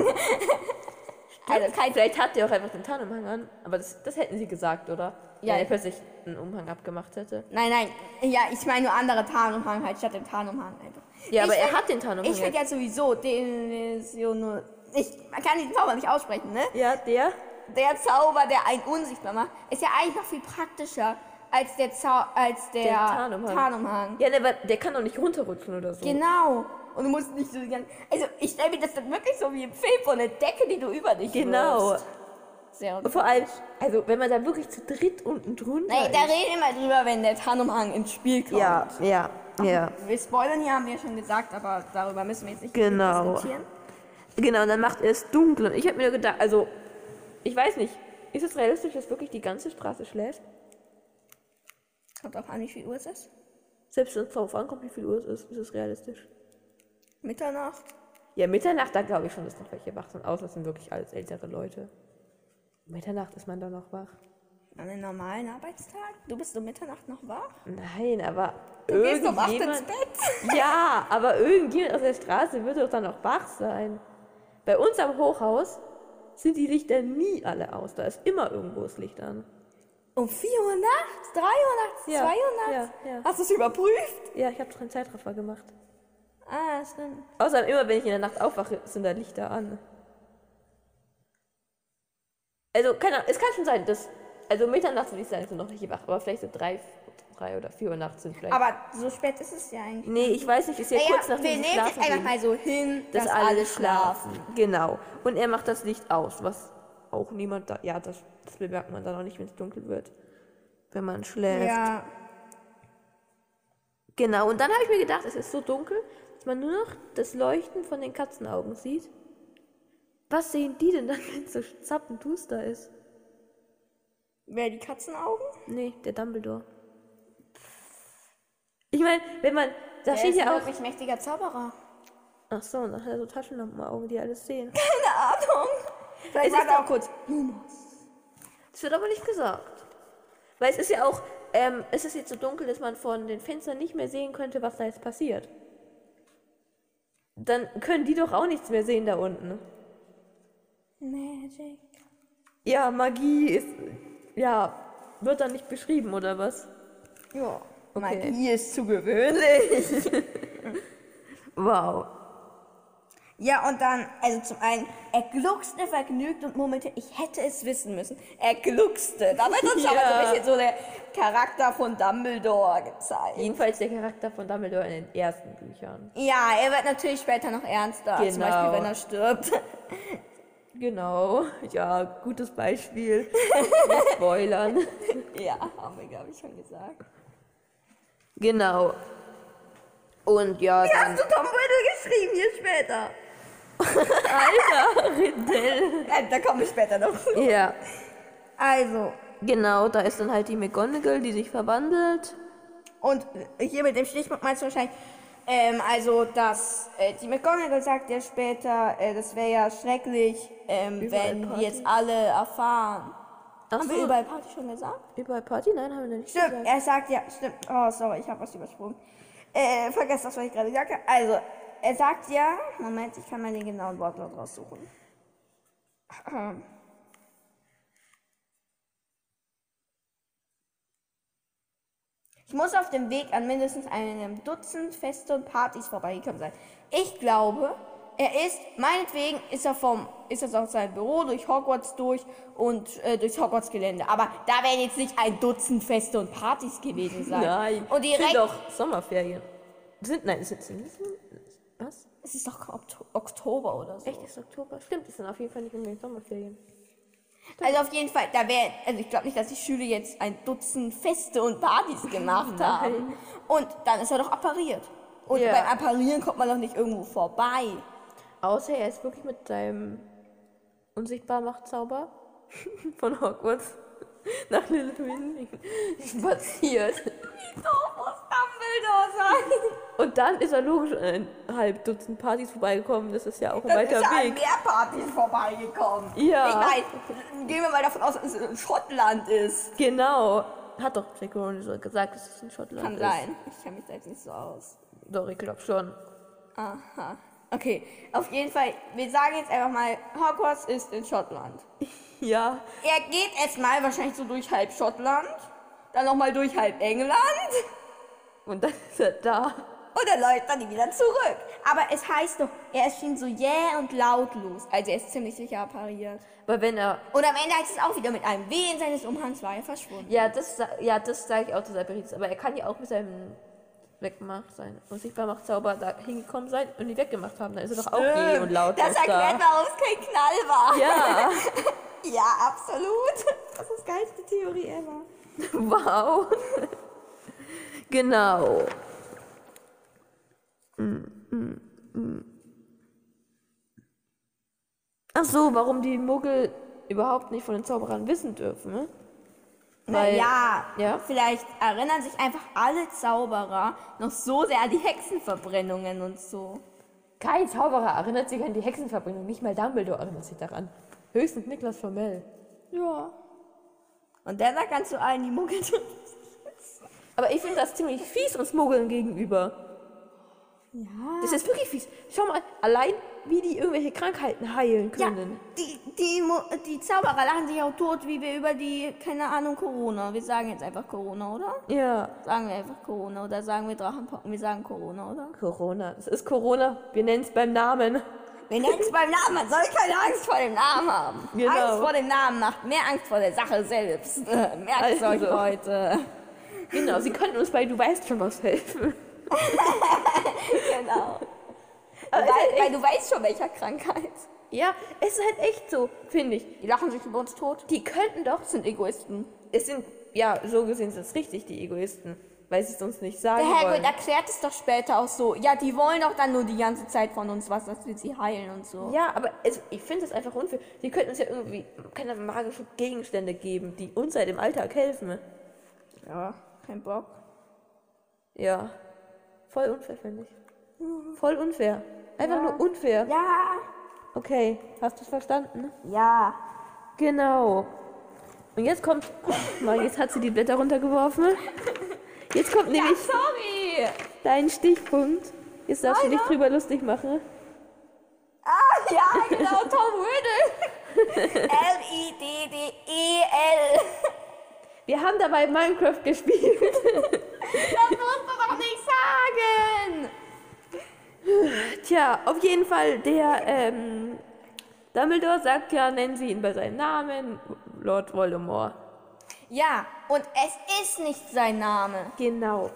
Speaker 1: also, kein, vielleicht hat er auch einfach den Tarnumhang an, aber das, das hätten sie gesagt, oder?
Speaker 2: Ja.
Speaker 1: Wenn er plötzlich einen Umhang abgemacht hätte.
Speaker 2: Nein, nein. Ja, ich meine nur andere Tarnumhang halt, statt dem Tarnumhang einfach.
Speaker 1: Ja,
Speaker 2: ich
Speaker 1: aber er
Speaker 2: find-
Speaker 1: hat den Tarnumhang
Speaker 2: Ich finde ja sowieso Desillusion... Ich man kann den Zauber nicht aussprechen, ne?
Speaker 1: Ja, der?
Speaker 2: Der Zauber, der einen unsichtbar macht, ist ja eigentlich noch viel praktischer als der, Zau als der,
Speaker 1: Der Tarnumhang.
Speaker 2: Tarnumhang.
Speaker 1: Ja, ne, aber der kann doch nicht runterrutschen oder so.
Speaker 2: Genau. Und du musst nicht so die ganze... Also, ich stelle mir das dann wirklich so wie im Film vor, eine Decke, die du über dich
Speaker 1: Genau.
Speaker 2: wirfst. Sehr
Speaker 1: Und vor allem, also wenn man da wirklich zu dritt unten drunter
Speaker 2: Nee, da
Speaker 1: ist.
Speaker 2: reden wir mal drüber, wenn der Tarnumhang ins Spiel kommt.
Speaker 1: Ja, ja, ja.
Speaker 2: Wir spoilern hier, haben wir schon gesagt, aber darüber müssen wir jetzt nicht
Speaker 1: Genau.
Speaker 2: diskutieren.
Speaker 1: Genau, und dann macht er es dunkel. Und ich habe mir gedacht, also, ich weiß nicht, ist es realistisch, dass wirklich die ganze Straße schläft?
Speaker 2: Kommt drauf an, wie viel Uhr es ist.
Speaker 1: Selbst wenn es darauf ankommt, wie viel Uhr es ist, ist es realistisch.
Speaker 2: Mitternacht.
Speaker 1: Ja, Mitternacht, da glaube ich schon, dass noch welche wach sind. Außer es sind wirklich alles ältere Leute. Mitternacht ist man da noch wach.
Speaker 2: An einem normalen Arbeitstag. Du bist um Mitternacht noch wach?
Speaker 1: Nein, aber
Speaker 2: Du gehst um 8 ins
Speaker 1: irgendjemand...
Speaker 2: Bett.
Speaker 1: Ja, aber irgendjemand auf der Straße wird doch dann noch wach sein. Bei uns am Hochhaus sind die Lichter nie alle aus. Da ist immer irgendwo das Licht an.
Speaker 2: Um 4 Uhr nachts, 3 Uhr nachts, 2
Speaker 1: Ja,
Speaker 2: Uhr nachts.
Speaker 1: ja, ja.
Speaker 2: Hast du es überprüft?
Speaker 1: Ja, ich habe doch einen Zeitraffer gemacht.
Speaker 2: Ah, stimmt.
Speaker 1: Außerdem, immer wenn ich in der Nacht aufwache, sind da Lichter an. Also, keine Ahnung, es kann schon sein, dass. Also, Mitternacht würde ich sagen, sind noch nicht wach, aber vielleicht so drei, drei oder vier Uhr nachts sind vielleicht.
Speaker 2: Aber so spät ist es ja eigentlich.
Speaker 1: nee, ich weiß nicht, ist ja kurz nach
Speaker 2: wir
Speaker 1: dem
Speaker 2: nehmen jetzt
Speaker 1: Schlafen.
Speaker 2: einfach
Speaker 1: gehen,
Speaker 2: mal so hin,
Speaker 1: dass alle schlafen. Genau. Und er macht das Licht aus, was auch niemand da. Ja, das, das bemerkt man dann auch nicht, wenn es dunkel wird. Wenn man schläft.
Speaker 2: Ja.
Speaker 1: Genau, und dann habe ich mir gedacht, es ist so dunkel, dass man nur noch das Leuchten von den Katzenaugen sieht. Was sehen die denn dann, wenn es so zappenduster ist?
Speaker 2: Wer die Katzenaugen?
Speaker 1: Nee, der Dumbledore. Ich meine, wenn man. Da steht ja auch.
Speaker 2: wirklich mächtiger Zauberer.
Speaker 1: Ach so, und dann hat er so Taschenlampenaugen, die alles sehen.
Speaker 2: Keine Ahnung. Vielleicht
Speaker 1: Es ist
Speaker 2: war da auch kurz.
Speaker 1: Das wird aber nicht gesagt. Weil es ist ja auch. ähm, ist es jetzt so dunkel, dass man von den Fenstern nicht mehr sehen könnte, was da jetzt passiert? Dann können die doch auch nichts mehr sehen da unten.
Speaker 2: Magic.
Speaker 1: Ja, Magie ist. Ja, wird dann nicht beschrieben, oder was?
Speaker 2: Ja.
Speaker 1: Okay.
Speaker 2: Magie ist zu gewöhnlich.
Speaker 1: Wow.
Speaker 2: Ja, und dann, also zum einen, er gluckste vergnügt und murmelte, ich hätte es wissen müssen. Er gluckste. Damit hat uns aber so
Speaker 1: Ja.
Speaker 2: ein bisschen so der Charakter von Dumbledore gezeigt.
Speaker 1: Jedenfalls der Charakter von Dumbledore in den ersten Büchern.
Speaker 2: Ja, er wird natürlich später noch ernster. Zum
Speaker 1: Genau.
Speaker 2: Beispiel, wenn er stirbt.
Speaker 1: Genau. Ja, gutes Beispiel. Nicht spoilern.
Speaker 2: ja, haben wir, glaube ich, schon gesagt.
Speaker 1: Genau. Und ja,
Speaker 2: Wie
Speaker 1: dann.
Speaker 2: hast du Tom Riddle geschrieben, hier später?
Speaker 1: Alter, Riddell.
Speaker 2: Äh, da komme ich später noch.
Speaker 1: Ja,
Speaker 2: Also,
Speaker 1: genau. Da ist dann halt die McGonagall, die sich verwandelt.
Speaker 2: Und hier mit dem Stichpunkt meinst du wahrscheinlich, ähm, also dass äh, die McGonagall sagt ja später, äh, das wäre ja schrecklich, ähm,
Speaker 1: Überall
Speaker 2: wenn
Speaker 1: Party.
Speaker 2: die jetzt alle erfahren.
Speaker 1: Ach
Speaker 2: Haben
Speaker 1: so,
Speaker 2: wir überall Party schon gesagt?
Speaker 1: überall Party? Nein, haben wir noch nicht
Speaker 2: Stimmt,
Speaker 1: gesagt.
Speaker 2: er sagt ja, stimmt. Oh, sorry, ich habe was übersprungen. Äh, vergesst das, was ich gerade gesagt habe. Also, er sagt ja, Moment, ich kann mal den genauen Wortlaut raussuchen. Ähm. Ich muss auf dem Weg an mindestens einem Dutzend Feste und Partys vorbeigekommen sein. Ich glaube, er ist, meinetwegen ist er vom, ist er aus seinem Büro durch Hogwarts durch und äh, durchs Hogwarts-Gelände. Aber da werden jetzt nicht ein Dutzend Feste und Partys gewesen sein.
Speaker 1: Nein.
Speaker 2: Und direkt
Speaker 1: Sind doch Sommerferien. Sind, nein, sind sie nicht? Was?
Speaker 2: Es ist doch Okt- Oktober oder so.
Speaker 1: Echt, ist Oktober? Stimmt, ist dann auf jeden Fall nicht in den Sommerferien.
Speaker 2: Also auf jeden Fall, da wäre, also ich glaube nicht, dass die Schüler jetzt ein Dutzend Feste und Partys gemacht haben. Und dann ist er doch appariert. Und
Speaker 1: Ja.
Speaker 2: beim Apparieren kommt man doch nicht irgendwo vorbei.
Speaker 1: Außer er ist wirklich mit seinem Unsichtbarmachtzauber von Hogwarts nach Lilliput spaziert.
Speaker 2: So muss Dumbledore sein.
Speaker 1: Und dann ist er logisch an ein halb Dutzend Partys vorbeigekommen. Das ist ja auch ein
Speaker 2: Dann
Speaker 1: weiter
Speaker 2: ist er an
Speaker 1: Weg.
Speaker 2: mehr Partys vorbeigekommen.
Speaker 1: Ja.
Speaker 2: Ich meine, gehen wir mal davon aus, dass es in Schottland ist.
Speaker 1: Genau. Hat doch Jack Rowling so gesagt, dass es in Schottland
Speaker 2: Kann
Speaker 1: ist.
Speaker 2: sein. Ich kenne mich da jetzt nicht so aus.
Speaker 1: Doch, ich glaube schon.
Speaker 2: Aha. Okay, auf jeden Fall, wir sagen jetzt einfach mal, Hogwarts ist in Schottland.
Speaker 1: Ja,
Speaker 2: Er geht erstmal wahrscheinlich so durch halb Schottland, dann nochmal durch halb England
Speaker 1: und dann ist er da.
Speaker 2: und dann läuft er nie wieder zurück. Aber es heißt doch, er erschien so jäh und lautlos. Also er ist ziemlich sicher appariert.
Speaker 1: Weil wenn er.
Speaker 2: Und am Ende heißt es auch wieder, mit einem Wehen seines Umhangs war er verschwunden.
Speaker 1: Ja, das, sa- ja, das sage ich auch zu Saberitis. Aber er kann ja auch mit seinem Wegmacht sein. Unsichtbarmachtzauber da hingekommen sein und die weggemacht haben. Dann ist er doch auch eh und laut.
Speaker 2: Das erklärt, warum es kein Knall war.
Speaker 1: Ja,
Speaker 2: ja, absolut. Das ist die geilste Theorie ever.
Speaker 1: wow. genau. Ach so, warum die Muggel überhaupt nicht von den Zauberern wissen dürfen. Ne? Weil-
Speaker 2: Naja,
Speaker 1: ja?
Speaker 2: vielleicht erinnern sich einfach alle Zauberer noch so sehr an die Hexenverbrennungen und so.
Speaker 1: Kein Zauberer erinnert sich an die Hexenverbindung, nicht mal Dumbledore erinnert sich daran. Höchstens Niklas Formell.
Speaker 2: Ja. Und der sagt dann zu allen, die Muggel
Speaker 1: Aber ich finde das ziemlich fies uns Muggeln gegenüber.
Speaker 2: Ja.
Speaker 1: Das ist wirklich fies. Schau mal, allein wie die irgendwelche Krankheiten heilen
Speaker 2: ja
Speaker 1: können.
Speaker 2: die, die, Mu- die Zauberer lachen sich auch tot, wie wir über die, keine Ahnung, Corona. Wir sagen jetzt einfach Corona, oder?
Speaker 1: Ja.
Speaker 2: Sagen wir einfach Corona oder sagen wir Drachenpocken, wir sagen Corona, oder?
Speaker 1: Corona. Es ist Corona. Wir nennen es beim Namen.
Speaker 2: Wir nennen es beim Namen, man soll keine Angst vor dem Namen haben.
Speaker 1: Genau.
Speaker 2: Angst vor dem Namen macht mehr Angst vor der Sache selbst. Merkt euch,
Speaker 1: Also.
Speaker 2: Leute.
Speaker 1: Genau, sie können uns bei Du weißt schon was helfen.
Speaker 2: Genau.
Speaker 1: Aber
Speaker 2: Weil,
Speaker 1: es ist halt
Speaker 2: weil du weißt schon, welcher Krankheit.
Speaker 1: echt, ja, es ist halt echt so, finde ich.
Speaker 2: Die lachen sich über uns tot.
Speaker 1: Die könnten doch,
Speaker 2: sind Egoisten.
Speaker 1: es sind, ja, so gesehen sind es richtig die Egoisten, weil sie es uns nicht sagen
Speaker 2: Der
Speaker 1: wollen.
Speaker 2: Hagrid erklärt es doch später auch so. Ja, die wollen doch dann nur die ganze Zeit von uns was, dass wir sie heilen und so.
Speaker 1: Ja, aber es, ich finde es einfach unfair. Sie könnten uns ja irgendwie keine magischen Gegenstände geben, die uns halt im Alltag helfen.
Speaker 2: Ja, kein Bock.
Speaker 1: Ja. Voll unfair, finde ich. Voll unfair. Einfach nur unfair.
Speaker 2: Ja.
Speaker 1: Okay, hast du es verstanden?
Speaker 2: Ja.
Speaker 1: ne? Genau. Und jetzt kommt. Mann, jetzt hat sie die Blätter runtergeworfen. Jetzt kommt nämlich
Speaker 2: sorry!
Speaker 1: dein Stichpunkt. Jetzt darfst du dich drüber lustig machen.
Speaker 2: Ah, ja, genau, Tom Riddle. E L-I-D-D-E-L.
Speaker 1: Wir haben dabei Minecraft gespielt.
Speaker 2: Das muss man doch nicht sagen.
Speaker 1: Tja, auf jeden Fall, der ähm, Dumbledore sagt ja, nennen Sie ihn bei seinem Namen, Lord Voldemort.
Speaker 2: Ja, und es ist nicht sein Name.
Speaker 1: Genau.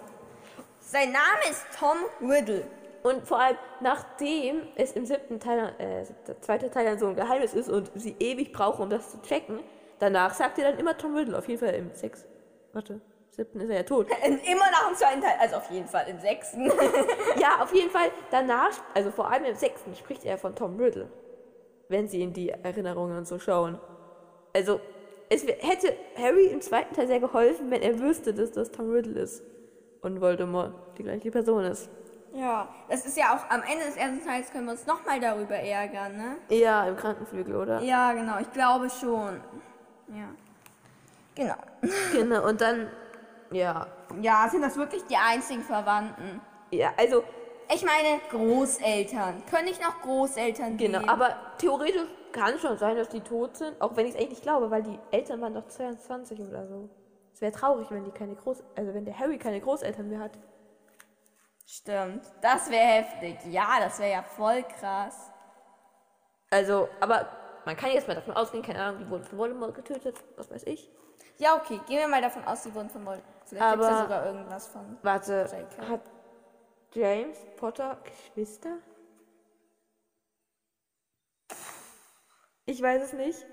Speaker 2: Sein Name ist Tom Riddle.
Speaker 1: Und vor allem, nachdem es im siebten Teil, äh, siebter, zweiter Teil dann so ein Geheimnis ist und sie ewig brauchen, um das zu checken, danach sagt ihr dann immer Tom Riddle, auf jeden Fall im sechs, warte, siebten ist er ja tot.
Speaker 2: In, immer nach dem zweiten Teil, also auf jeden Fall im sechsten.
Speaker 1: ja, auf jeden Fall, danach, also vor allem im sechsten spricht er von Tom Riddle, wenn sie in die Erinnerungen und so schauen. Also, es wär- hätte Harry im zweiten Teil sehr geholfen, wenn er wüsste, dass das Tom Riddle ist und Voldemort die gleiche Person ist.
Speaker 2: Ja, das ist ja auch am Ende des ersten Teils können wir uns nochmal darüber ärgern, ne?
Speaker 1: Ja, im Krankenflügel, oder?
Speaker 2: Ja, genau, ich glaube schon. Ja. Genau.
Speaker 1: Genau, und dann, ja,
Speaker 2: Ja, sind das wirklich die einzigen Verwandten?
Speaker 1: ja, also,
Speaker 2: Ich meine, Großeltern. Können ich noch Großeltern
Speaker 1: genau,
Speaker 2: geben?
Speaker 1: aber theoretisch kann es schon sein, dass die tot sind, auch wenn ich es eigentlich nicht glaube, weil die Eltern waren doch 22 oder so. Es wäre traurig, wenn die keine Groß, also wenn der Harry keine Großeltern mehr hat.
Speaker 2: Stimmt. Das wäre heftig. Ja, das wäre ja voll krass.
Speaker 1: Also, aber man kann jetzt mal davon ausgehen, keine Ahnung, die wurden von Voldemort getötet, was weiß ich.
Speaker 2: Ja, okay, gehen wir mal davon aus, sie wurden von Voldemort. Vielleicht
Speaker 1: Aber-
Speaker 2: gibt es da sogar irgendwas von.
Speaker 1: Warte,
Speaker 2: JK.
Speaker 1: hat James Potter Geschwister? Ich weiß es nicht.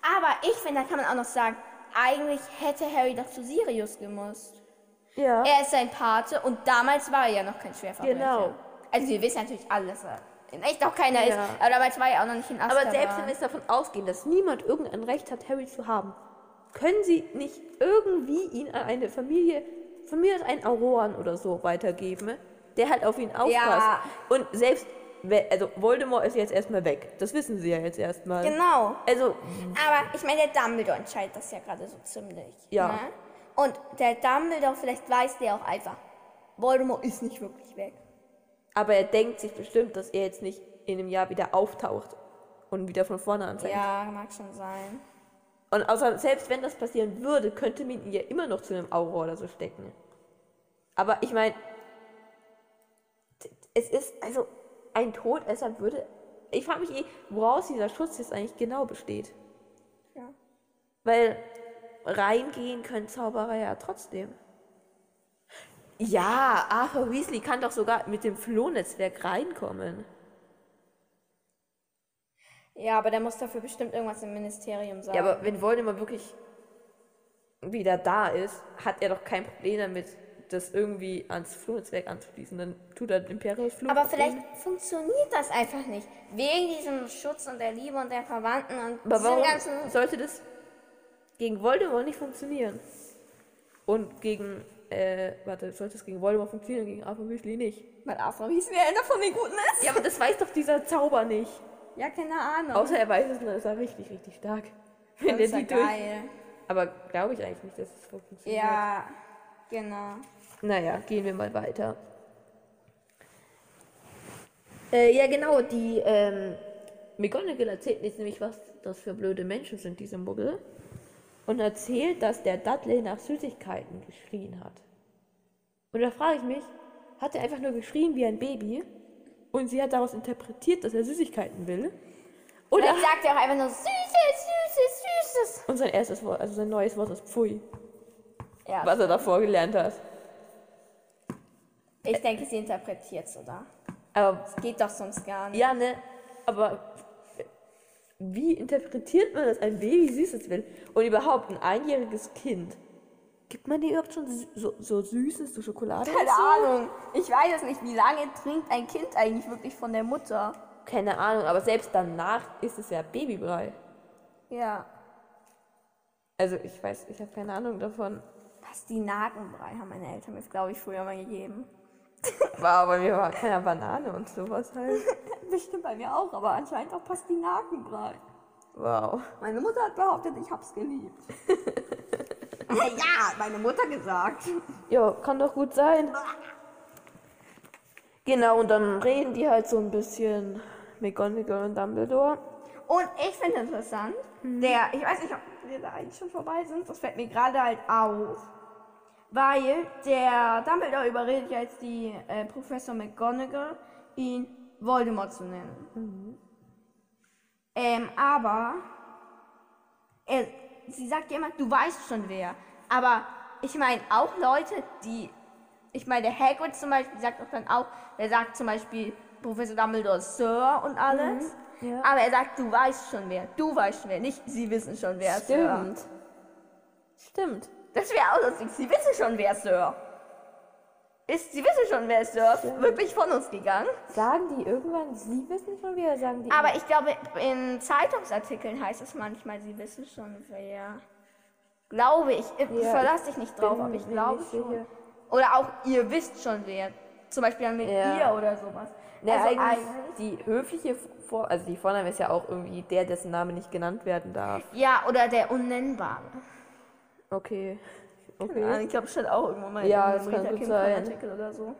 Speaker 2: Aber ich finde, da kann man auch noch sagen, eigentlich hätte Harry doch zu Sirius gemusst.
Speaker 1: Ja.
Speaker 2: Er ist sein Pate und damals war er ja noch kein Schwerverbrecher.
Speaker 1: Genau.
Speaker 2: Also wir wissen natürlich alle, dass er in echt auch keiner
Speaker 1: Ja.
Speaker 2: ist. Aber damals war er auch noch nicht in Azkaban.
Speaker 1: aber selbst wenn wir jetzt davon ausgehen, dass niemand irgendein Recht hat, Harry zu haben, können sie nicht irgendwie ihn an eine Familie, von mir aus einen Auroren oder so, weitergeben, der halt auf ihn aufpasst.
Speaker 2: Ja.
Speaker 1: Und selbst, we- also Voldemort ist jetzt erstmal weg. Das wissen sie ja jetzt erstmal.
Speaker 2: Genau.
Speaker 1: Also,
Speaker 2: Aber ich meine, der Dumbledore entscheidet das ja gerade so ziemlich.
Speaker 1: Ja.
Speaker 2: Ne? Und der Dumbledore, vielleicht weiß der auch einfach, Voldemort ist nicht wirklich weg.
Speaker 1: aber er denkt sich bestimmt, dass er jetzt nicht in einem Jahr wieder auftaucht und wieder von vorne anfängt.
Speaker 2: Ja, mag schon sein.
Speaker 1: Und außer, selbst wenn das passieren würde, könnte man ihn ja immer noch zu einem Auror oder so stecken. Aber ich meine, es ist also ein Todesser würde. Ich frage mich eh, woraus dieser Schutz jetzt eigentlich genau besteht.
Speaker 2: Ja.
Speaker 1: Weil reingehen können Zauberer ja trotzdem. Ja, Arthur Weasley kann doch sogar mit dem Flohnetzwerk reinkommen.
Speaker 2: Ja, aber der muss dafür bestimmt irgendwas im Ministerium sagen.
Speaker 1: Ja, aber wenn Voldemort wirklich wieder da ist, hat er doch kein Problem damit, das irgendwie ans Flunetzwerk anzuschließen. Dann tut er den Imperius Fluch.
Speaker 2: Aber
Speaker 1: auf
Speaker 2: vielleicht
Speaker 1: ihn.
Speaker 2: funktioniert das einfach nicht. Wegen diesem Schutz und der Liebe und der Verwandten und
Speaker 1: Aber
Speaker 2: diesem
Speaker 1: warum
Speaker 2: ganzen.
Speaker 1: sollte das gegen Voldemort nicht funktionieren? Und gegen. Äh, warte, sollte es gegen Voldemort funktionieren, gegen Arthur Weasley nicht?
Speaker 2: Weil Afra wie wer einer von den Guten ist?
Speaker 1: Ja, aber das weiß doch dieser Zauber nicht.
Speaker 2: Ja, keine Ahnung.
Speaker 1: Außer er weiß es, und dann ist er richtig, richtig stark. Wenn
Speaker 2: das
Speaker 1: er
Speaker 2: ist ja
Speaker 1: die durch.
Speaker 2: geil.
Speaker 1: Aber glaube ich eigentlich nicht, dass es funktioniert.
Speaker 2: Ja, genau.
Speaker 1: Naja, gehen wir mal weiter. Äh, ja, genau, die ähm, McGonagall erzählt jetzt nämlich, was das für blöde Menschen sind, diese Muggel. Und erzählt, dass der Dudley nach Süßigkeiten geschrien hat. Und da frage ich mich, hat er einfach nur geschrien wie ein Baby? Und sie hat daraus interpretiert, dass er Süßigkeiten will? Oder
Speaker 2: Vielleicht sagt er auch einfach nur Süßes, Süßes, Süßes.
Speaker 1: und sein erstes Wort, also sein neues Wort ist Pfui,
Speaker 2: Ja,
Speaker 1: was er davor gelernt hat.
Speaker 2: ich denke, sie interpretiert so da.
Speaker 1: Aber
Speaker 2: Das geht doch sonst gar nicht.
Speaker 1: Ja, ne, aber wie interpretiert man, dass ein Baby Süßes will? Und überhaupt ein einjähriges Kind. Gibt man dem überhaupt schon sü- so, so Süßes, so Schokolade? und
Speaker 2: Keine
Speaker 1: so?
Speaker 2: Ahnung. Ich weiß es nicht, wie lange trinkt ein Kind eigentlich wirklich von der Mutter?
Speaker 1: Keine Ahnung, aber selbst danach ist es ja Babybrei.
Speaker 2: Ja.
Speaker 1: Also ich weiß, ich habe keine Ahnung davon.
Speaker 2: Pastinakenbrei haben meine Eltern mir, glaube ich, früher mal gegeben.
Speaker 1: War bei mir war keine Banane und sowas halt.
Speaker 2: Bestimmt bei mir auch, aber anscheinend auch Pastinakenbrei.
Speaker 1: Wow.
Speaker 2: Meine Mutter hat behauptet, ich hab's geliebt. Ah, ja, hat meine Mutter gesagt.
Speaker 1: Ja, kann doch gut sein. Genau, und dann reden die halt so ein bisschen McGonagall und Dumbledore.
Speaker 2: Und ich finde interessant,
Speaker 1: Mhm.
Speaker 2: der, ich weiß nicht, ob wir da eigentlich schon vorbei sind, das fällt mir gerade halt auf. Weil der Dumbledore überredet ja jetzt die äh, Professor McGonagall, ihn Voldemort zu nennen.
Speaker 1: Mhm.
Speaker 2: Ähm, aber er, sie sagt ja immer, du weißt schon wer. Aber ich meine auch Leute, die, ich meine der Hagrid zum Beispiel sagt doch dann auch, er sagt zum Beispiel Professor Dumbledore Sir und alles.
Speaker 1: Mhm, ja.
Speaker 2: Aber er sagt, du weißt schon wer, du weißt schon wer, nicht sie wissen schon wer Sir.
Speaker 1: Stimmt. Stimmt.
Speaker 2: Das wäre auch lustig, sie wissen schon wer Sir. Ist, sie wissen schon wer Sir, wirklich von uns gegangen.
Speaker 1: Sagen die irgendwann, sie wissen schon wieder, sagen die.
Speaker 2: Aber ich glaube, in Zeitungsartikeln heißt es manchmal, sie wissen schon, wer. Glaube ich. Ich
Speaker 1: Ja,
Speaker 2: verlass dich nicht drauf,
Speaker 1: bin
Speaker 2: aber ich
Speaker 1: mir
Speaker 2: glaube
Speaker 1: nicht
Speaker 2: schon.
Speaker 1: sicher.
Speaker 2: Oder auch, ihr wisst schon, wer. Zum Beispiel dann mit
Speaker 1: Ja.
Speaker 2: ihr oder sowas.
Speaker 1: Ne,
Speaker 2: Also
Speaker 1: eigentlich
Speaker 2: eigentlich-
Speaker 1: die höfliche Form, also die Vorname ist ja auch irgendwie der, dessen Name nicht genannt werden darf.
Speaker 2: Ja, oder der Unnennbare.
Speaker 1: Okay.
Speaker 2: Ja,
Speaker 1: Okay.
Speaker 2: ich glaube, stand auch irgendwann mal
Speaker 1: Ja,
Speaker 2: einem
Speaker 1: das kann
Speaker 2: Rita
Speaker 1: gut
Speaker 2: Kim
Speaker 1: sein.
Speaker 2: Artikel oder so.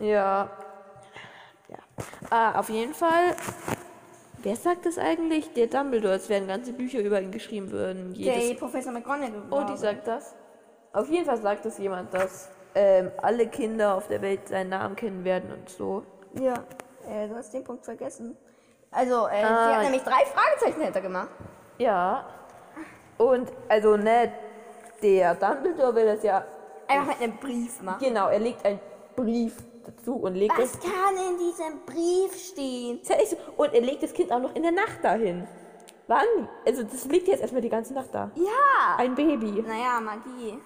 Speaker 1: Ja. Ja. Ah, auf jeden Fall. Wer sagt das eigentlich? Der Dumbledore. Es werden ganze Bücher über ihn geschrieben würden. Jedes.
Speaker 2: Der Professor McGonagall.
Speaker 1: oh,
Speaker 2: glaube
Speaker 1: die
Speaker 2: ich.
Speaker 1: sagt das. Auf jeden Fall sagt das jemand, dass ähm, alle Kinder auf der Welt seinen Namen kennen werden und so.
Speaker 2: Ja, äh, du hast den Punkt vergessen. Also, äh, sie
Speaker 1: Ah.
Speaker 2: hat nämlich drei Fragezeichen hinter gemacht.
Speaker 1: Ja. Und also ne, der Dumbledore will das ja.
Speaker 2: Einfach mit einem Brief machen.
Speaker 1: Genau, er legt einen Brief dazu und legt
Speaker 2: Was
Speaker 1: es.
Speaker 2: kann in diesem Brief stehen?
Speaker 1: Ist ja echt so. Und er legt das Kind auch noch in der Nacht dahin. Wann? Also das liegt jetzt erstmal die ganze Nacht da.
Speaker 2: Ja.
Speaker 1: Ein Baby.
Speaker 2: Naja, Magie.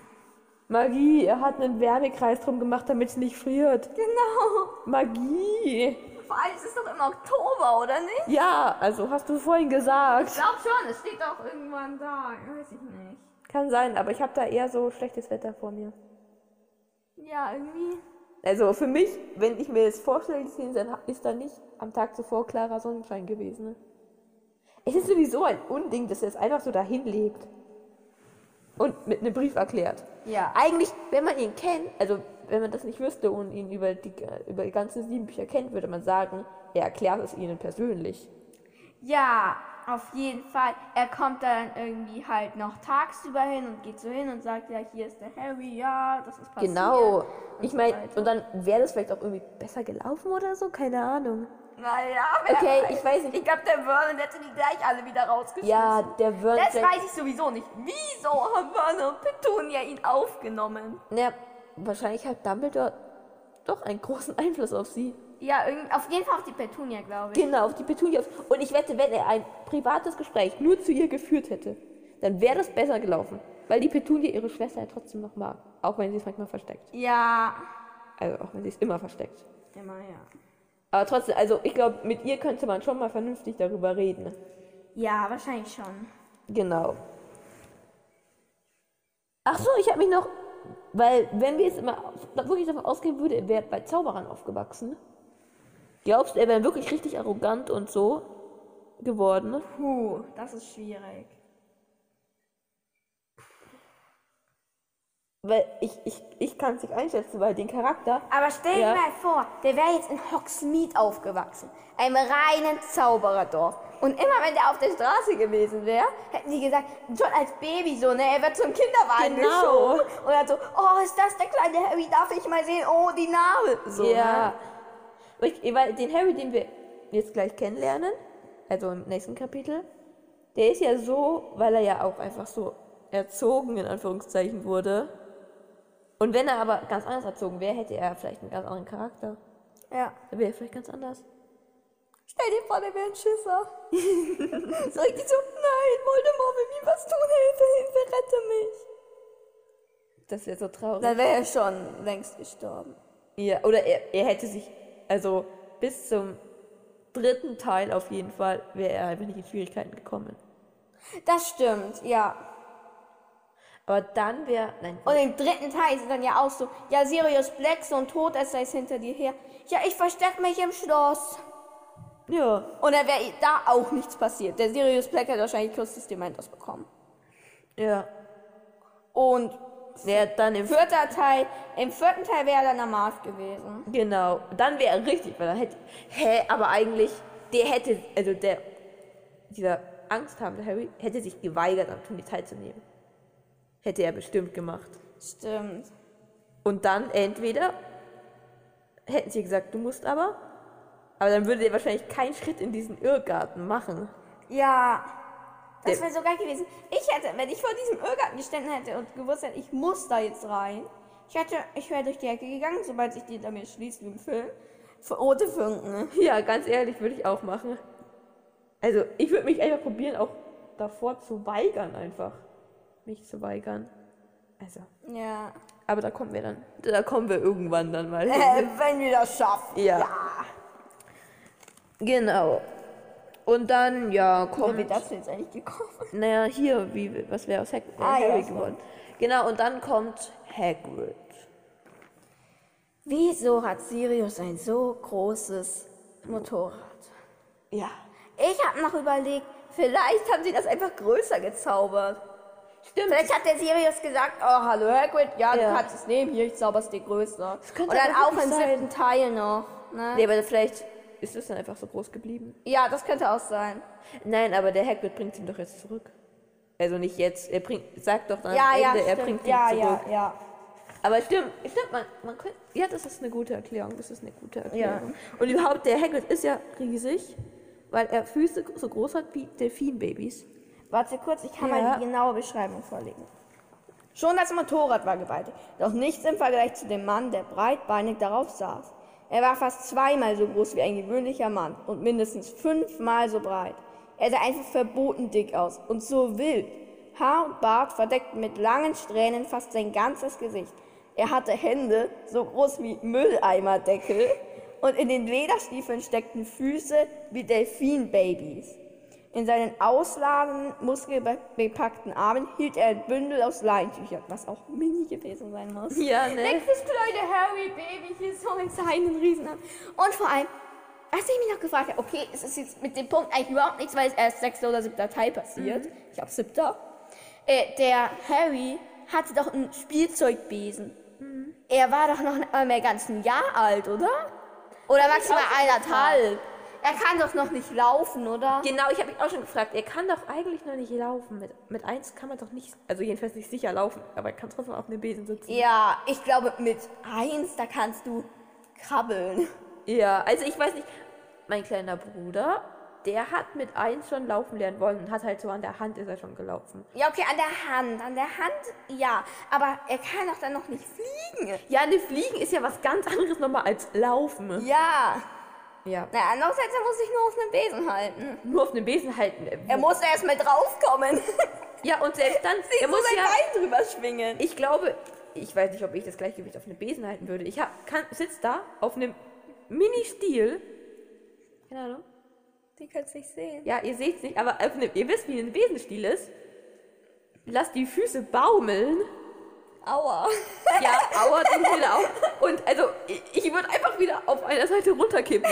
Speaker 1: Magie, er hat einen Wärmekreis drum gemacht, damit es nicht friert.
Speaker 2: Genau.
Speaker 1: Magie.
Speaker 2: Vor allem es ist doch im Oktober, oder nicht?
Speaker 1: Ja, also hast du vorhin
Speaker 2: Ich
Speaker 1: gesagt.
Speaker 2: glaube schon, es steht auch irgendwann da. Weiß ich nicht.
Speaker 1: Kann sein, aber ich habe da eher so schlechtes Wetter vor mir.
Speaker 2: Ja, irgendwie.
Speaker 1: Also für mich, wenn ich mir das vorstelle, die Szene, dann ist da nicht am Tag zuvor klarer Sonnenschein gewesen. Ne? Es ist sowieso ein Unding, dass er es einfach so dahin legt. Und mit einem Brief erklärt.
Speaker 2: Ja.
Speaker 1: Eigentlich, wenn man ihn kennt, also wenn man das nicht wüsste und ihn über die, über die ganzen sieben Bücher kennt, würde man sagen, er erklärt es ihnen persönlich.
Speaker 2: Ja, auf jeden Fall. Er kommt dann irgendwie halt noch tagsüber hin und geht so hin und sagt, ja, hier ist der Harry, ja, das ist passiert.
Speaker 1: Genau.
Speaker 2: Und
Speaker 1: Ich
Speaker 2: so
Speaker 1: meine,
Speaker 2: weiter.
Speaker 1: und dann wäre das vielleicht auch irgendwie besser gelaufen oder so, keine Ahnung.
Speaker 2: Naja, wer
Speaker 1: Okay, ich weiß nicht.
Speaker 2: Ich glaube, der Vernon hätte die gleich alle wieder rausgeschmissen.
Speaker 1: Ja, der Vernon.
Speaker 2: Das
Speaker 1: vielleicht-
Speaker 2: weiß ich sowieso nicht. Wieso haben Vernon und Petunia ihn aufgenommen?
Speaker 1: Naja, wahrscheinlich hat Dumbledore doch einen großen Einfluss auf sie.
Speaker 2: Ja, irgendwie, auf jeden Fall auf die Petunia, glaube ich.
Speaker 1: Genau, auf die Petunia. Und ich wette, wenn er ein privates Gespräch nur zu ihr geführt hätte, dann wäre das besser gelaufen. Weil die Petunia ihre Schwester ja trotzdem noch mag. Auch wenn sie es manchmal versteckt.
Speaker 2: Ja.
Speaker 1: Also auch wenn sie es immer versteckt.
Speaker 2: Immer, ja.
Speaker 1: Aber trotzdem, also ich glaube, mit ihr könnte man schon mal vernünftig darüber reden.
Speaker 2: Ja, wahrscheinlich schon.
Speaker 1: Genau. Ach so, ich habe mich noch, weil wenn wir jetzt mal wirklich davon ausgehen würde, er wäre bei Zauberern aufgewachsen. Glaubst du, er wäre wirklich richtig arrogant und so geworden?
Speaker 2: Puh, das ist schwierig.
Speaker 1: Weil ich, ich, ich kann es nicht einschätzen, weil den Charakter.
Speaker 2: Aber stell
Speaker 1: Ja.
Speaker 2: dir mal vor, der wäre jetzt in Hogsmeade aufgewachsen. Einem reinen Zaubererdorf. Und immer wenn der auf der Straße gewesen wäre, hätten die gesagt, schon als Baby so, ne, er wird zum Kinderwagen
Speaker 1: Genau.
Speaker 2: geschoben. Und dann so, oh, ist das der kleine Harry, darf ich mal sehen? Oh, die Narbe. So,
Speaker 1: ja.
Speaker 2: ne?
Speaker 1: Weil Ich, weil den Harry, den wir jetzt gleich kennenlernen, also im nächsten Kapitel, der ist ja so, weil er ja auch einfach so erzogen in Anführungszeichen wurde. Und wenn er aber ganz anders erzogen wäre, hätte er vielleicht einen ganz anderen Charakter.
Speaker 2: ja.
Speaker 1: Dann wäre er vielleicht ganz anders.
Speaker 2: Stell dir vor, der wäre ein Schisser. so richtig so, nein, Voldemort will mir was tun, Hilfe, Hilfe, rette mich.
Speaker 1: Das wäre so traurig.
Speaker 2: Dann wäre er schon längst gestorben.
Speaker 1: Ja, oder er, er hätte sich, also bis zum dritten Teil auf jeden Fall, wäre er einfach nicht in Schwierigkeiten gekommen.
Speaker 2: Das stimmt, ja.
Speaker 1: Aber dann wäre, nein,
Speaker 2: Und im dritten Teil sind dann ja auch so, ja, Sirius Black, so ein Todesser ist hinter dir her. Ja, ich versteck mich im Schloss.
Speaker 1: Ja.
Speaker 2: Und dann wäre da auch nichts passiert. Der Sirius Black hätte wahrscheinlich Christus Dementos bekommen.
Speaker 1: Ja.
Speaker 2: Und
Speaker 1: Ja, dann im
Speaker 2: vierter Teil, im vierten Teil wäre dann der Mars gewesen.
Speaker 1: Genau, dann wäre er richtig, weil dann hätte. Hä, aber eigentlich, der hätte, also der, dieser angsthabende Harry hätte sich geweigert, am Turnier teilzunehmen. Hätte er bestimmt gemacht.
Speaker 2: Stimmt.
Speaker 1: Und dann entweder hätten sie gesagt, du musst aber, aber dann würde der wahrscheinlich keinen Schritt in diesen Irrgarten machen.
Speaker 2: Ja. Das
Speaker 1: Der-
Speaker 2: wäre so geil gewesen. Ich hätte, wenn ich vor diesem Irrgarten gestanden hätte und gewusst hätte, ich muss da jetzt rein. Ich hätte, ich wäre durch die Ecke gegangen, sobald sich die hinter mir schließt, wie im Film. Für rote Funken. ne?
Speaker 1: Ja, ganz ehrlich, würde ich auch machen. Also, ich würde mich einfach probieren, auch davor zu weigern, einfach. Mich zu weigern. Also.
Speaker 2: Ja.
Speaker 1: Aber da kommen wir dann. Da kommen wir irgendwann dann mal hin.
Speaker 2: Äh, wenn wir das schaffen.
Speaker 1: Ja. Genau. Und dann, ja,
Speaker 2: Wo wir
Speaker 1: kommt.
Speaker 2: dazu jetzt eigentlich gekommen?
Speaker 1: Naja, hier, wie, was wäre aus Hag äh,
Speaker 2: Ah,
Speaker 1: Harry
Speaker 2: ja, so.
Speaker 1: geworden. Genau, und dann kommt Hagrid.
Speaker 2: Wieso hat Sirius ein so großes Motorrad?
Speaker 1: Ja.
Speaker 2: Ich habe noch überlegt, vielleicht haben sie das einfach größer gezaubert.
Speaker 1: Stimmt.
Speaker 2: Vielleicht hat der Sirius gesagt, oh, hallo Hagrid, ja,
Speaker 1: Ja.
Speaker 2: du kannst es nehmen, hier, ich zauber's dir größer. Und
Speaker 1: könnte
Speaker 2: dann
Speaker 1: aber
Speaker 2: auch
Speaker 1: wirklich
Speaker 2: im
Speaker 1: sein.
Speaker 2: siebten Teil noch. Ne?
Speaker 1: Nee, aber vielleicht ist es dann einfach so groß geblieben.
Speaker 2: Ja, das könnte auch sein.
Speaker 1: Nein, aber der Hagrid bringt ihn doch jetzt zurück. Also nicht jetzt, er bringt, sagt doch dann
Speaker 2: ja,
Speaker 1: am
Speaker 2: ja,
Speaker 1: Ende, er
Speaker 2: stimmt.
Speaker 1: bringt ihn
Speaker 2: ja,
Speaker 1: zurück.
Speaker 2: ja, ja.
Speaker 1: Aber stimmt, stimmt, man, man könnte, ja, das ist eine gute Erklärung, das ist eine gute Erklärung.
Speaker 2: Ja.
Speaker 1: Und überhaupt, der Hagrid ist ja riesig, weil er Füße so groß hat wie Delfinbabys.
Speaker 2: Warte kurz, ich kann
Speaker 1: Ja.
Speaker 2: mal die genaue Beschreibung vorlegen. Schon das Motorrad war gewaltig, doch nichts im Vergleich zu dem Mann, der breitbeinig darauf saß. Er war fast zweimal so groß wie ein gewöhnlicher Mann und mindestens fünfmal so breit. Er sah einfach verboten dick aus und so wild. Haar und Bart verdeckten mit langen Strähnen fast sein ganzes Gesicht. Er hatte Hände so groß wie Mülleimerdeckel und in den Lederstiefeln steckten Füße wie Delfinbabys. In seinen ausladenden, muskelbepackten Armen hielt er ein Bündel aus Leintüchern, was auch mini gewesen sein muss.
Speaker 1: Ja, ne?
Speaker 2: Nächstes kleine Harry Baby hier so mit seinen Riesenarmen. Und vor allem, als ich mich noch gefragt habe, okay, es ist jetzt mit dem Punkt eigentlich überhaupt nichts, weil es erst sechster oder siebter Teil passiert.
Speaker 1: Mhm.
Speaker 2: Ich glaube siebter. Äh, der Harry hatte doch einen Spielzeugbesen.
Speaker 1: Mhm.
Speaker 2: Er war doch noch nicht mal mehr ganz ein Jahr alt, oder? Oder maximal eineinhalb. Er kann doch noch nicht laufen, oder?
Speaker 1: Genau, ich habe mich auch schon gefragt, er kann doch eigentlich noch nicht laufen. Mit, mit eins kann man doch nicht, also jedenfalls nicht sicher laufen, aber er kann trotzdem auf einem Besen sitzen.
Speaker 2: Ja, ich glaube, mit eins, da kannst du krabbeln.
Speaker 1: Ja, also ich weiß nicht, mein kleiner Bruder, der hat mit eins schon laufen lernen wollen und hat halt so an der Hand ist er schon gelaufen.
Speaker 2: Ja, okay, an der Hand. An der Hand, ja. Aber er kann doch dann noch nicht fliegen.
Speaker 1: Ja, ne, Fliegen ist ja was ganz anderes nochmal als Laufen.
Speaker 2: Ja.
Speaker 1: Ja.
Speaker 2: Na, andererseits, er muss sich nur auf einem Besen halten.
Speaker 1: Nur auf einem Besen halten. äh,
Speaker 2: Er muss erst mal draufkommen.
Speaker 1: Ja, und selbst dann,
Speaker 2: Er
Speaker 1: er
Speaker 2: muss
Speaker 1: muss
Speaker 2: sein
Speaker 1: ja,
Speaker 2: Bein drüber schwingen.
Speaker 1: ich glaube, ich weiß nicht, ob ich das Gleichgewicht auf einem Besen halten würde. Ich hab, kann, sitz da auf einem Mini-Stiel. Keine Ahnung.
Speaker 2: Die können es nicht sehen.
Speaker 1: Ja, ihr seht's nicht, aber auf einem, ihr wisst, wie ein Besenstiel ist. Lasst die Füße baumeln.
Speaker 2: Aua.
Speaker 1: Ja, aua, tut mir leid auch. Und also, ich, ich würde einfach wieder auf einer Seite runterkippen.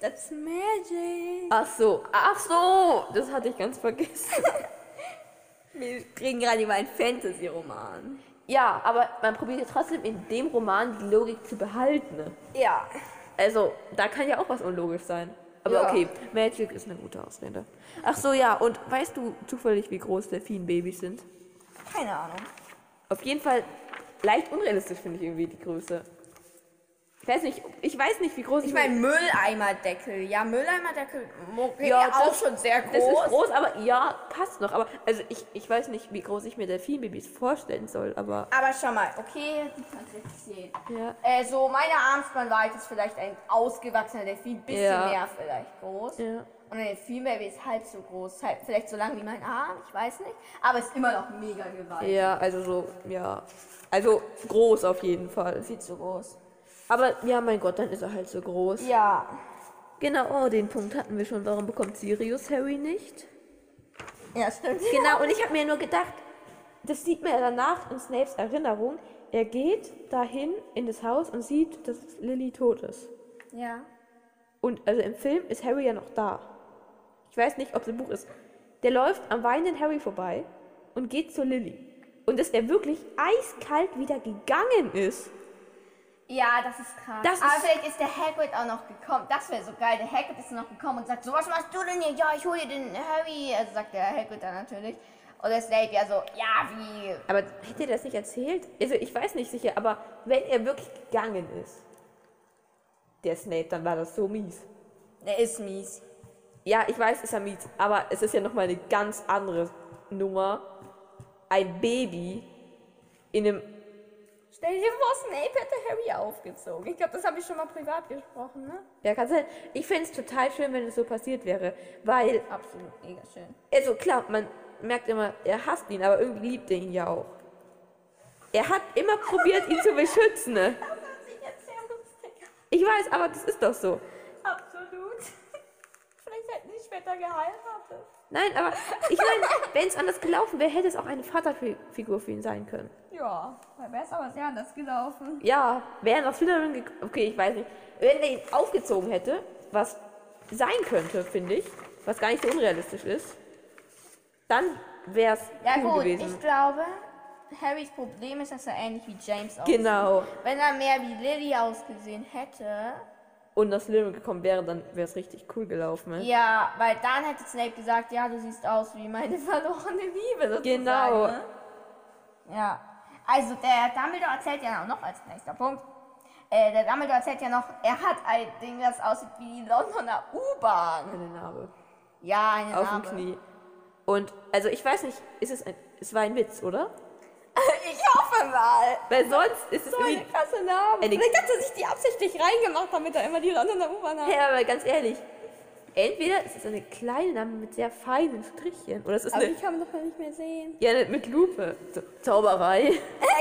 Speaker 2: That's magic.
Speaker 1: Ach so, ach so, das hatte ich ganz vergessen.
Speaker 2: Wir kriegen gerade über einen Fantasy-Roman.
Speaker 1: Ja, aber man probiert ja trotzdem in dem Roman die Logik zu behalten.
Speaker 2: Ja.
Speaker 1: Also, da kann ja auch was unlogisch sein. Aber
Speaker 2: Ja.
Speaker 1: okay, Magic ist eine gute Ausrede. Ach so, ja, und weißt du zufällig, wie groß Delfinbabys sind?
Speaker 2: Keine Ahnung.
Speaker 1: Auf jeden Fall leicht unrealistisch finde ich irgendwie die Größe. Ich weiß nicht, ich weiß nicht, wie groß
Speaker 2: Ich meine, Mülleimerdeckel. Ja, Mülleimerdeckel. Okay,
Speaker 1: Ja,
Speaker 2: ja, auch
Speaker 1: das-
Speaker 2: schon sehr
Speaker 1: das ist
Speaker 2: groß.
Speaker 1: groß, aber ja, passt noch. Aber also ich, ich weiß nicht, wie groß ich mir Delfinbabys vorstellen soll, aber
Speaker 2: Aber schau mal, okay, du kannst jetzt sehen.
Speaker 1: ja.
Speaker 2: Äh, so meine Armspannweite ist vielleicht ein ausgewachsener Delfin, ein bisschen
Speaker 1: Ja.
Speaker 2: mehr vielleicht groß.
Speaker 1: Ja.
Speaker 2: Und ein Delfinbaby ist halb so groß, halb, vielleicht so lang wie mein Arm, ich weiß nicht. Aber ist immer noch mega gewaltig.
Speaker 1: Ja, also so, ja. Also groß auf jeden Fall.
Speaker 2: Viel zu groß.
Speaker 1: Aber ja, mein Gott, dann ist er halt so groß.
Speaker 2: Ja.
Speaker 1: Genau, oh, den Punkt hatten wir schon. Warum bekommt Sirius Harry nicht?
Speaker 2: Ja, stimmt.
Speaker 1: Genau, und ich habe mir nur gedacht, das sieht man ja danach in Snapes Erinnerung. Er geht dahin in das Haus und sieht, dass Lily tot ist.
Speaker 2: Ja.
Speaker 1: Und also im Film ist Harry ja noch da. Ich weiß nicht, ob es im Buch ist. Der läuft am weinenden Harry vorbei und geht zu Lily. Und dass der wirklich eiskalt wieder gegangen ist.
Speaker 2: Ja, das ist krass.
Speaker 1: Das
Speaker 2: Aber
Speaker 1: ist-
Speaker 2: vielleicht ist der Hagrid auch noch gekommen. Das wäre so geil. Der Hagrid ist noch gekommen und sagt so, was machst du denn hier? Ja, ich hole dir den Harry. Also sagt der Hagrid dann natürlich. Oder Snape ja so, ja, wie?
Speaker 1: Aber hätte er das nicht erzählt? Also ich weiß nicht sicher, aber wenn er wirklich gegangen ist, der Snape, dann war das so mies.
Speaker 2: Der ist mies.
Speaker 1: Ja, ich weiß, ist er mies, aber es ist ja nochmal eine ganz andere Nummer. Ein Baby in einem.
Speaker 2: Stell dir vor, Snape hätte Harry aufgezogen. Ich glaube, das habe ich schon mal privat gesprochen, ne?
Speaker 1: Ja, kann sein. Ich fände es total schön, wenn es so passiert wäre. Weil,
Speaker 2: Absolut mega schön.
Speaker 1: also klar, man merkt immer, er hasst ihn, aber irgendwie liebt er ihn ja auch. Er hat immer probiert, ihn zu beschützen. ne?
Speaker 2: Das hört sich jetzt sehr lustig an.
Speaker 1: Ich weiß, aber das ist doch so.
Speaker 2: Absolut. Vielleicht hätten die später geheiratet.
Speaker 1: Nein, aber ich meine, wenn es anders gelaufen wäre, hätte es auch eine Vaterfigur für ihn sein können.
Speaker 2: Ja, dann wäre es aber sehr anders gelaufen.
Speaker 1: Ja, wäre das wieder drin gek- Okay, ich weiß nicht. Wenn er ihn aufgezogen hätte, was sein könnte, finde ich, was gar nicht so unrealistisch ist, dann wäre es
Speaker 2: Ja
Speaker 1: cool
Speaker 2: gut,
Speaker 1: gewesen.
Speaker 2: ich glaube, Harrys Problem ist, dass er ähnlich wie James aussieht.
Speaker 1: Genau.
Speaker 2: Wenn er mehr wie Lily ausgesehen hätte,
Speaker 1: Und das Leben gekommen wäre, dann wäre es richtig cool gelaufen. ne?
Speaker 2: ja, weil dann hätte Snape gesagt, ja, du siehst aus wie meine verlorene Liebe sozusagen.
Speaker 1: Genau.
Speaker 2: Ne? Ja. Also der Dumbledore erzählt ja noch als nächster Punkt. Äh, der Dumbledore erzählt ja noch, er hat ein Ding, das aussieht wie die Londoner U-Bahn.
Speaker 1: Eine Narbe.
Speaker 2: Ja, eine
Speaker 1: Auf dem
Speaker 2: Narbe.
Speaker 1: Knie. Und, also ich weiß nicht, ist es ein. Es war ein Witz, oder?
Speaker 2: Ich hoffe mal.
Speaker 1: Weil sonst ist es
Speaker 2: So eine
Speaker 1: irgendwie.
Speaker 2: krasse Narbe.
Speaker 1: Eine-
Speaker 2: Vielleicht hat er sich die absichtlich reingemacht, damit er immer die Londoner U-Bahn hat.
Speaker 1: Hey, aber ganz ehrlich. Entweder es ist eine kleine Narbe mit sehr feinen Strichchen. Oder es ist
Speaker 2: Aber
Speaker 1: eine.
Speaker 2: die kann man doch mal nicht mehr sehen.
Speaker 1: Ja, eine mit Lupe. So, Zauberei.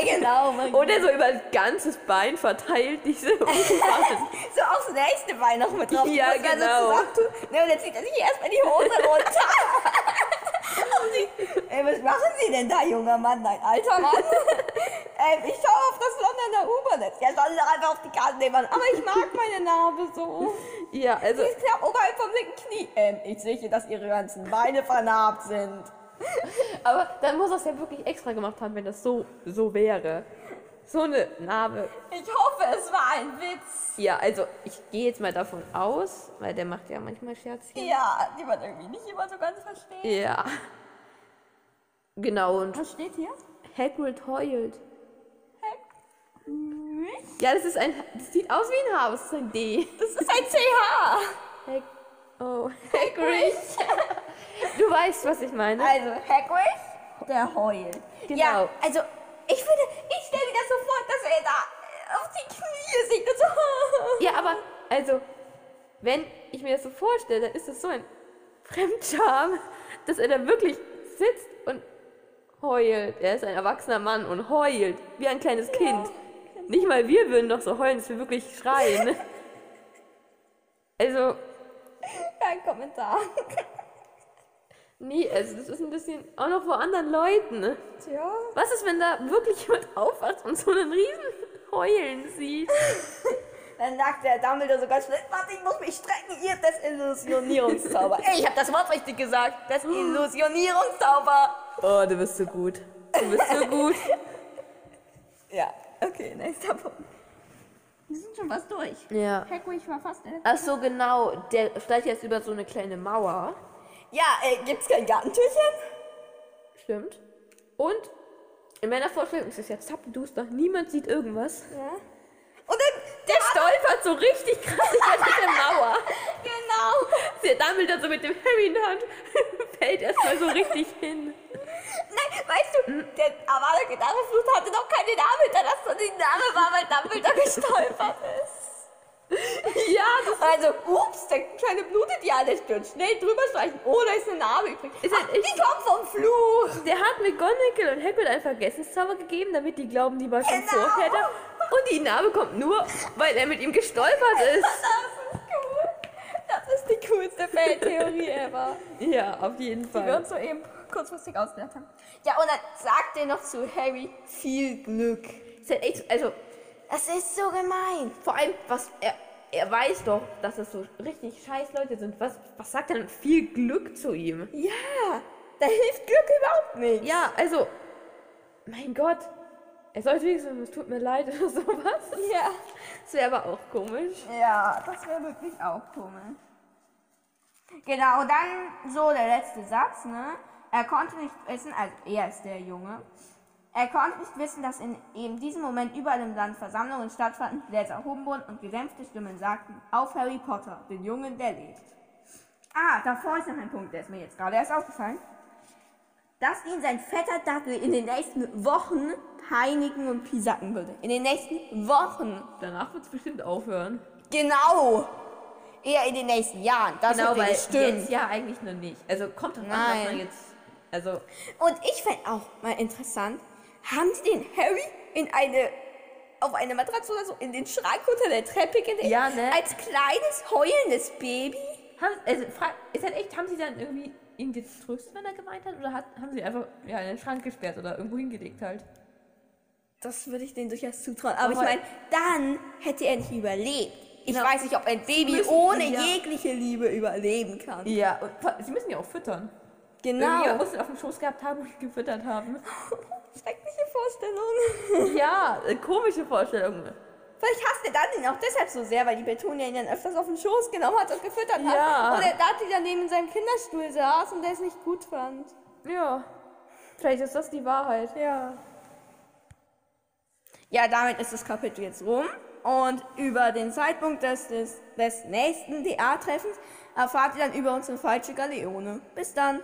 Speaker 2: genau, mein
Speaker 1: Und er so über das ganze Bein verteilt diese Umfassen.
Speaker 2: So aufs nächste Bein noch mit drauf.
Speaker 1: Ja,
Speaker 2: Die muss man so
Speaker 1: genau.
Speaker 2: zusammentun. Ne, und jetzt zieht er sich erstmal die Hose runter. und sie, ey, was machen Sie denn da, junger Mann? Nein, alter Mann. ähm, ich schaue auf das Londoner U-Bahn. Ja, sollen Sie doch einfach auf die Karte nehmen. Aber ich mag meine Narbe so.
Speaker 1: Ja, also,
Speaker 2: Die ist knapp oberhalb vom linken Knie. Ähm, ich sehe, dass Ihre ganzen Beine vernarbt sind.
Speaker 1: aber dann muss er es ja wirklich extra gemacht haben, wenn das so, so wäre. So eine Narbe.
Speaker 2: Ich hoffe, es war ein Witz.
Speaker 1: Ja, also, ich gehe jetzt mal davon aus, weil der macht ja manchmal Scherzchen.
Speaker 2: Ja, die man irgendwie nicht immer so ganz versteht.
Speaker 1: Ja. Genau, und
Speaker 2: Was steht hier?
Speaker 1: Hagrid heult.
Speaker 2: Heck.
Speaker 1: Ja, das ist ein, das sieht aus wie ein H, aber es ist ein D.
Speaker 2: Das ist ein CH.
Speaker 1: Hag, oh, Hagrid. Du weißt, was ich meine.
Speaker 2: Also Hagrid, der heult.
Speaker 1: Genau.
Speaker 2: Ja, also ich finde, ich stelle mir das so vor, dass er da äh, auf die Knie sinkt und so.
Speaker 1: Ja, aber, also, wenn ich mir das so vorstelle, dann ist das so ein Fremdscham, dass er da wirklich sitzt und heult. Er ist ein erwachsener Mann und heult wie ein kleines Kind. Nicht mal wir würden doch so heulen, dass wir wirklich schreien. also,
Speaker 2: Kein Kommentar.
Speaker 1: nee, also, das ist ein bisschen auch noch vor anderen Leuten.
Speaker 2: Tja.
Speaker 1: Was ist, wenn da wirklich jemand aufwacht und so einen riesen Heulen sieht?
Speaker 2: Dann sagt der Dumbledore so ganz schnell, warte, ich muss mich strecken, ihr Desillusionierungszauber. Ey, ich hab das Wort richtig gesagt. Desillusionierungszauber.
Speaker 1: Oh, du bist so gut. Du bist so gut.
Speaker 2: Ja, okay, nächster Punkt. Wir sind schon fast durch.
Speaker 1: Ja.
Speaker 2: Hagrid war fast äh. der
Speaker 1: Ach so, genau. Der steigt jetzt über so eine kleine Mauer.
Speaker 2: Ja, äh, gibt's kein Gartentürchen?
Speaker 1: Stimmt. Und in meiner Vorstellung ist es jetzt tappenduster. Niemand sieht irgendwas.
Speaker 2: Ja. Und dann,
Speaker 1: Der stolpert so richtig krass über diese Mauer.
Speaker 2: genau.
Speaker 1: Der dammelt dann so mit dem Harry in der Hand. Fällt erstmal so richtig hin.
Speaker 2: Nein, weißt du, der Avada Kedavra Flut hatte noch keine Narbe hinterlassen und die Narbe war, weil Dumbledore gestolpert ist.
Speaker 1: Ja, das
Speaker 2: Also, ups, der kleine blutet ja an der Stirn. Schnell drüber streichen. Oh, da ist eine Narbe übrig.
Speaker 1: Ist halt
Speaker 2: Ach,
Speaker 1: echt-
Speaker 2: die kommt vom Fluch.
Speaker 1: der hat McGonagall und Hagrid einen Vergessenszauber gegeben, damit die glauben, die war schon
Speaker 2: Genau.
Speaker 1: vorher da. Und die Narbe kommt nur, weil er mit ihm gestolpert ist.
Speaker 2: Das ist cool. Das ist die coolste Feldtheorie ever.
Speaker 1: Ja, auf jeden
Speaker 2: Die wir
Speaker 1: Fall.
Speaker 2: uns so eben kurzfristig ausgedacht haben. Ja, und dann sagt er noch zu Harry, viel Glück.
Speaker 1: Ist halt echt, also
Speaker 2: Das ist so gemein.
Speaker 1: Vor allem, was er er weiß doch, dass das so richtig scheiß Leute sind. Was, was sagt denn viel Glück zu ihm?
Speaker 2: Ja, da hilft Glück überhaupt nicht.
Speaker 1: Ja, also, mein Gott. Er sollte wenigstens, sagen, es tut mir leid oder sowas.
Speaker 2: Ja.
Speaker 1: Das wäre aber auch komisch.
Speaker 2: Ja, das wäre wirklich auch komisch. Genau, dann so der letzte Satz, ne? Er konnte nicht wissen, also er ist der Junge. Er konnte nicht wissen, dass in eben diesem Moment überall im Land Versammlungen stattfanden, die jetzt erhoben wurden und gedämpfte Stimmen sagten, auf Harry Potter, den Jungen, der lebt. Ah, davor ist noch ein Punkt, der ist mir jetzt gerade erst aufgefallen. Dass ihn sein fetter Dackel in den nächsten Wochen peinigen und piesacken würde. In den nächsten Wochen.
Speaker 1: Danach wird es bestimmt aufhören.
Speaker 2: Genau. Eher in den nächsten Jahren. Das
Speaker 1: Genau,
Speaker 2: wird ja
Speaker 1: weil
Speaker 2: stimmt.
Speaker 1: jetzt ja eigentlich noch nicht. Also kommt doch an, was
Speaker 2: Nein.
Speaker 1: man jetzt. Also,
Speaker 2: Und ich fände auch mal interessant, haben sie den Harry in eine, auf eine Matratze oder so, in den Schrank unter der Treppe gelegt?
Speaker 1: Ja, ne?
Speaker 2: Als kleines, heulendes Baby?
Speaker 1: haben, also frag, ist halt echt, haben sie dann irgendwie ihn getröstet, wenn er geweint hat? Oder hat, haben sie einfach ja, in den Schrank gesperrt oder irgendwo hingelegt halt?
Speaker 2: Das würde ich denen durchaus zutrauen.
Speaker 1: Aber-
Speaker 2: Aber ich meine, dann hätte er nicht überlebt. Ich
Speaker 1: Na,
Speaker 2: weiß nicht, ob ein Baby
Speaker 1: Genau. müssen-
Speaker 2: ohne
Speaker 1: ja.
Speaker 2: jegliche Liebe überleben kann.
Speaker 1: Ja, und vor- sie müssen ja auch füttern. Irgendwie man
Speaker 2: Genau.
Speaker 1: muss ihn auf dem Schoß gehabt haben und gefüttert haben.
Speaker 2: Schreckliche Vorstellung.
Speaker 1: ja, äh, komische Vorstellung.
Speaker 2: Vielleicht hasst er dann ihn auch deshalb so sehr, weil die Betonia ihn dann öfters auf den Schoß genommen hat und gefüttert hat.
Speaker 1: Ja.
Speaker 2: Und er Dati daneben in seinem Kinderstuhl saß und der es nicht gut fand.
Speaker 1: Ja. Vielleicht ist das die Wahrheit.
Speaker 2: Ja. Ja, damit ist das Kapitel jetzt rum. Und über den Zeitpunkt des, des, des nächsten DA-Treffens erfahrt ihr dann über unsere falsche Galeone. Bis dann.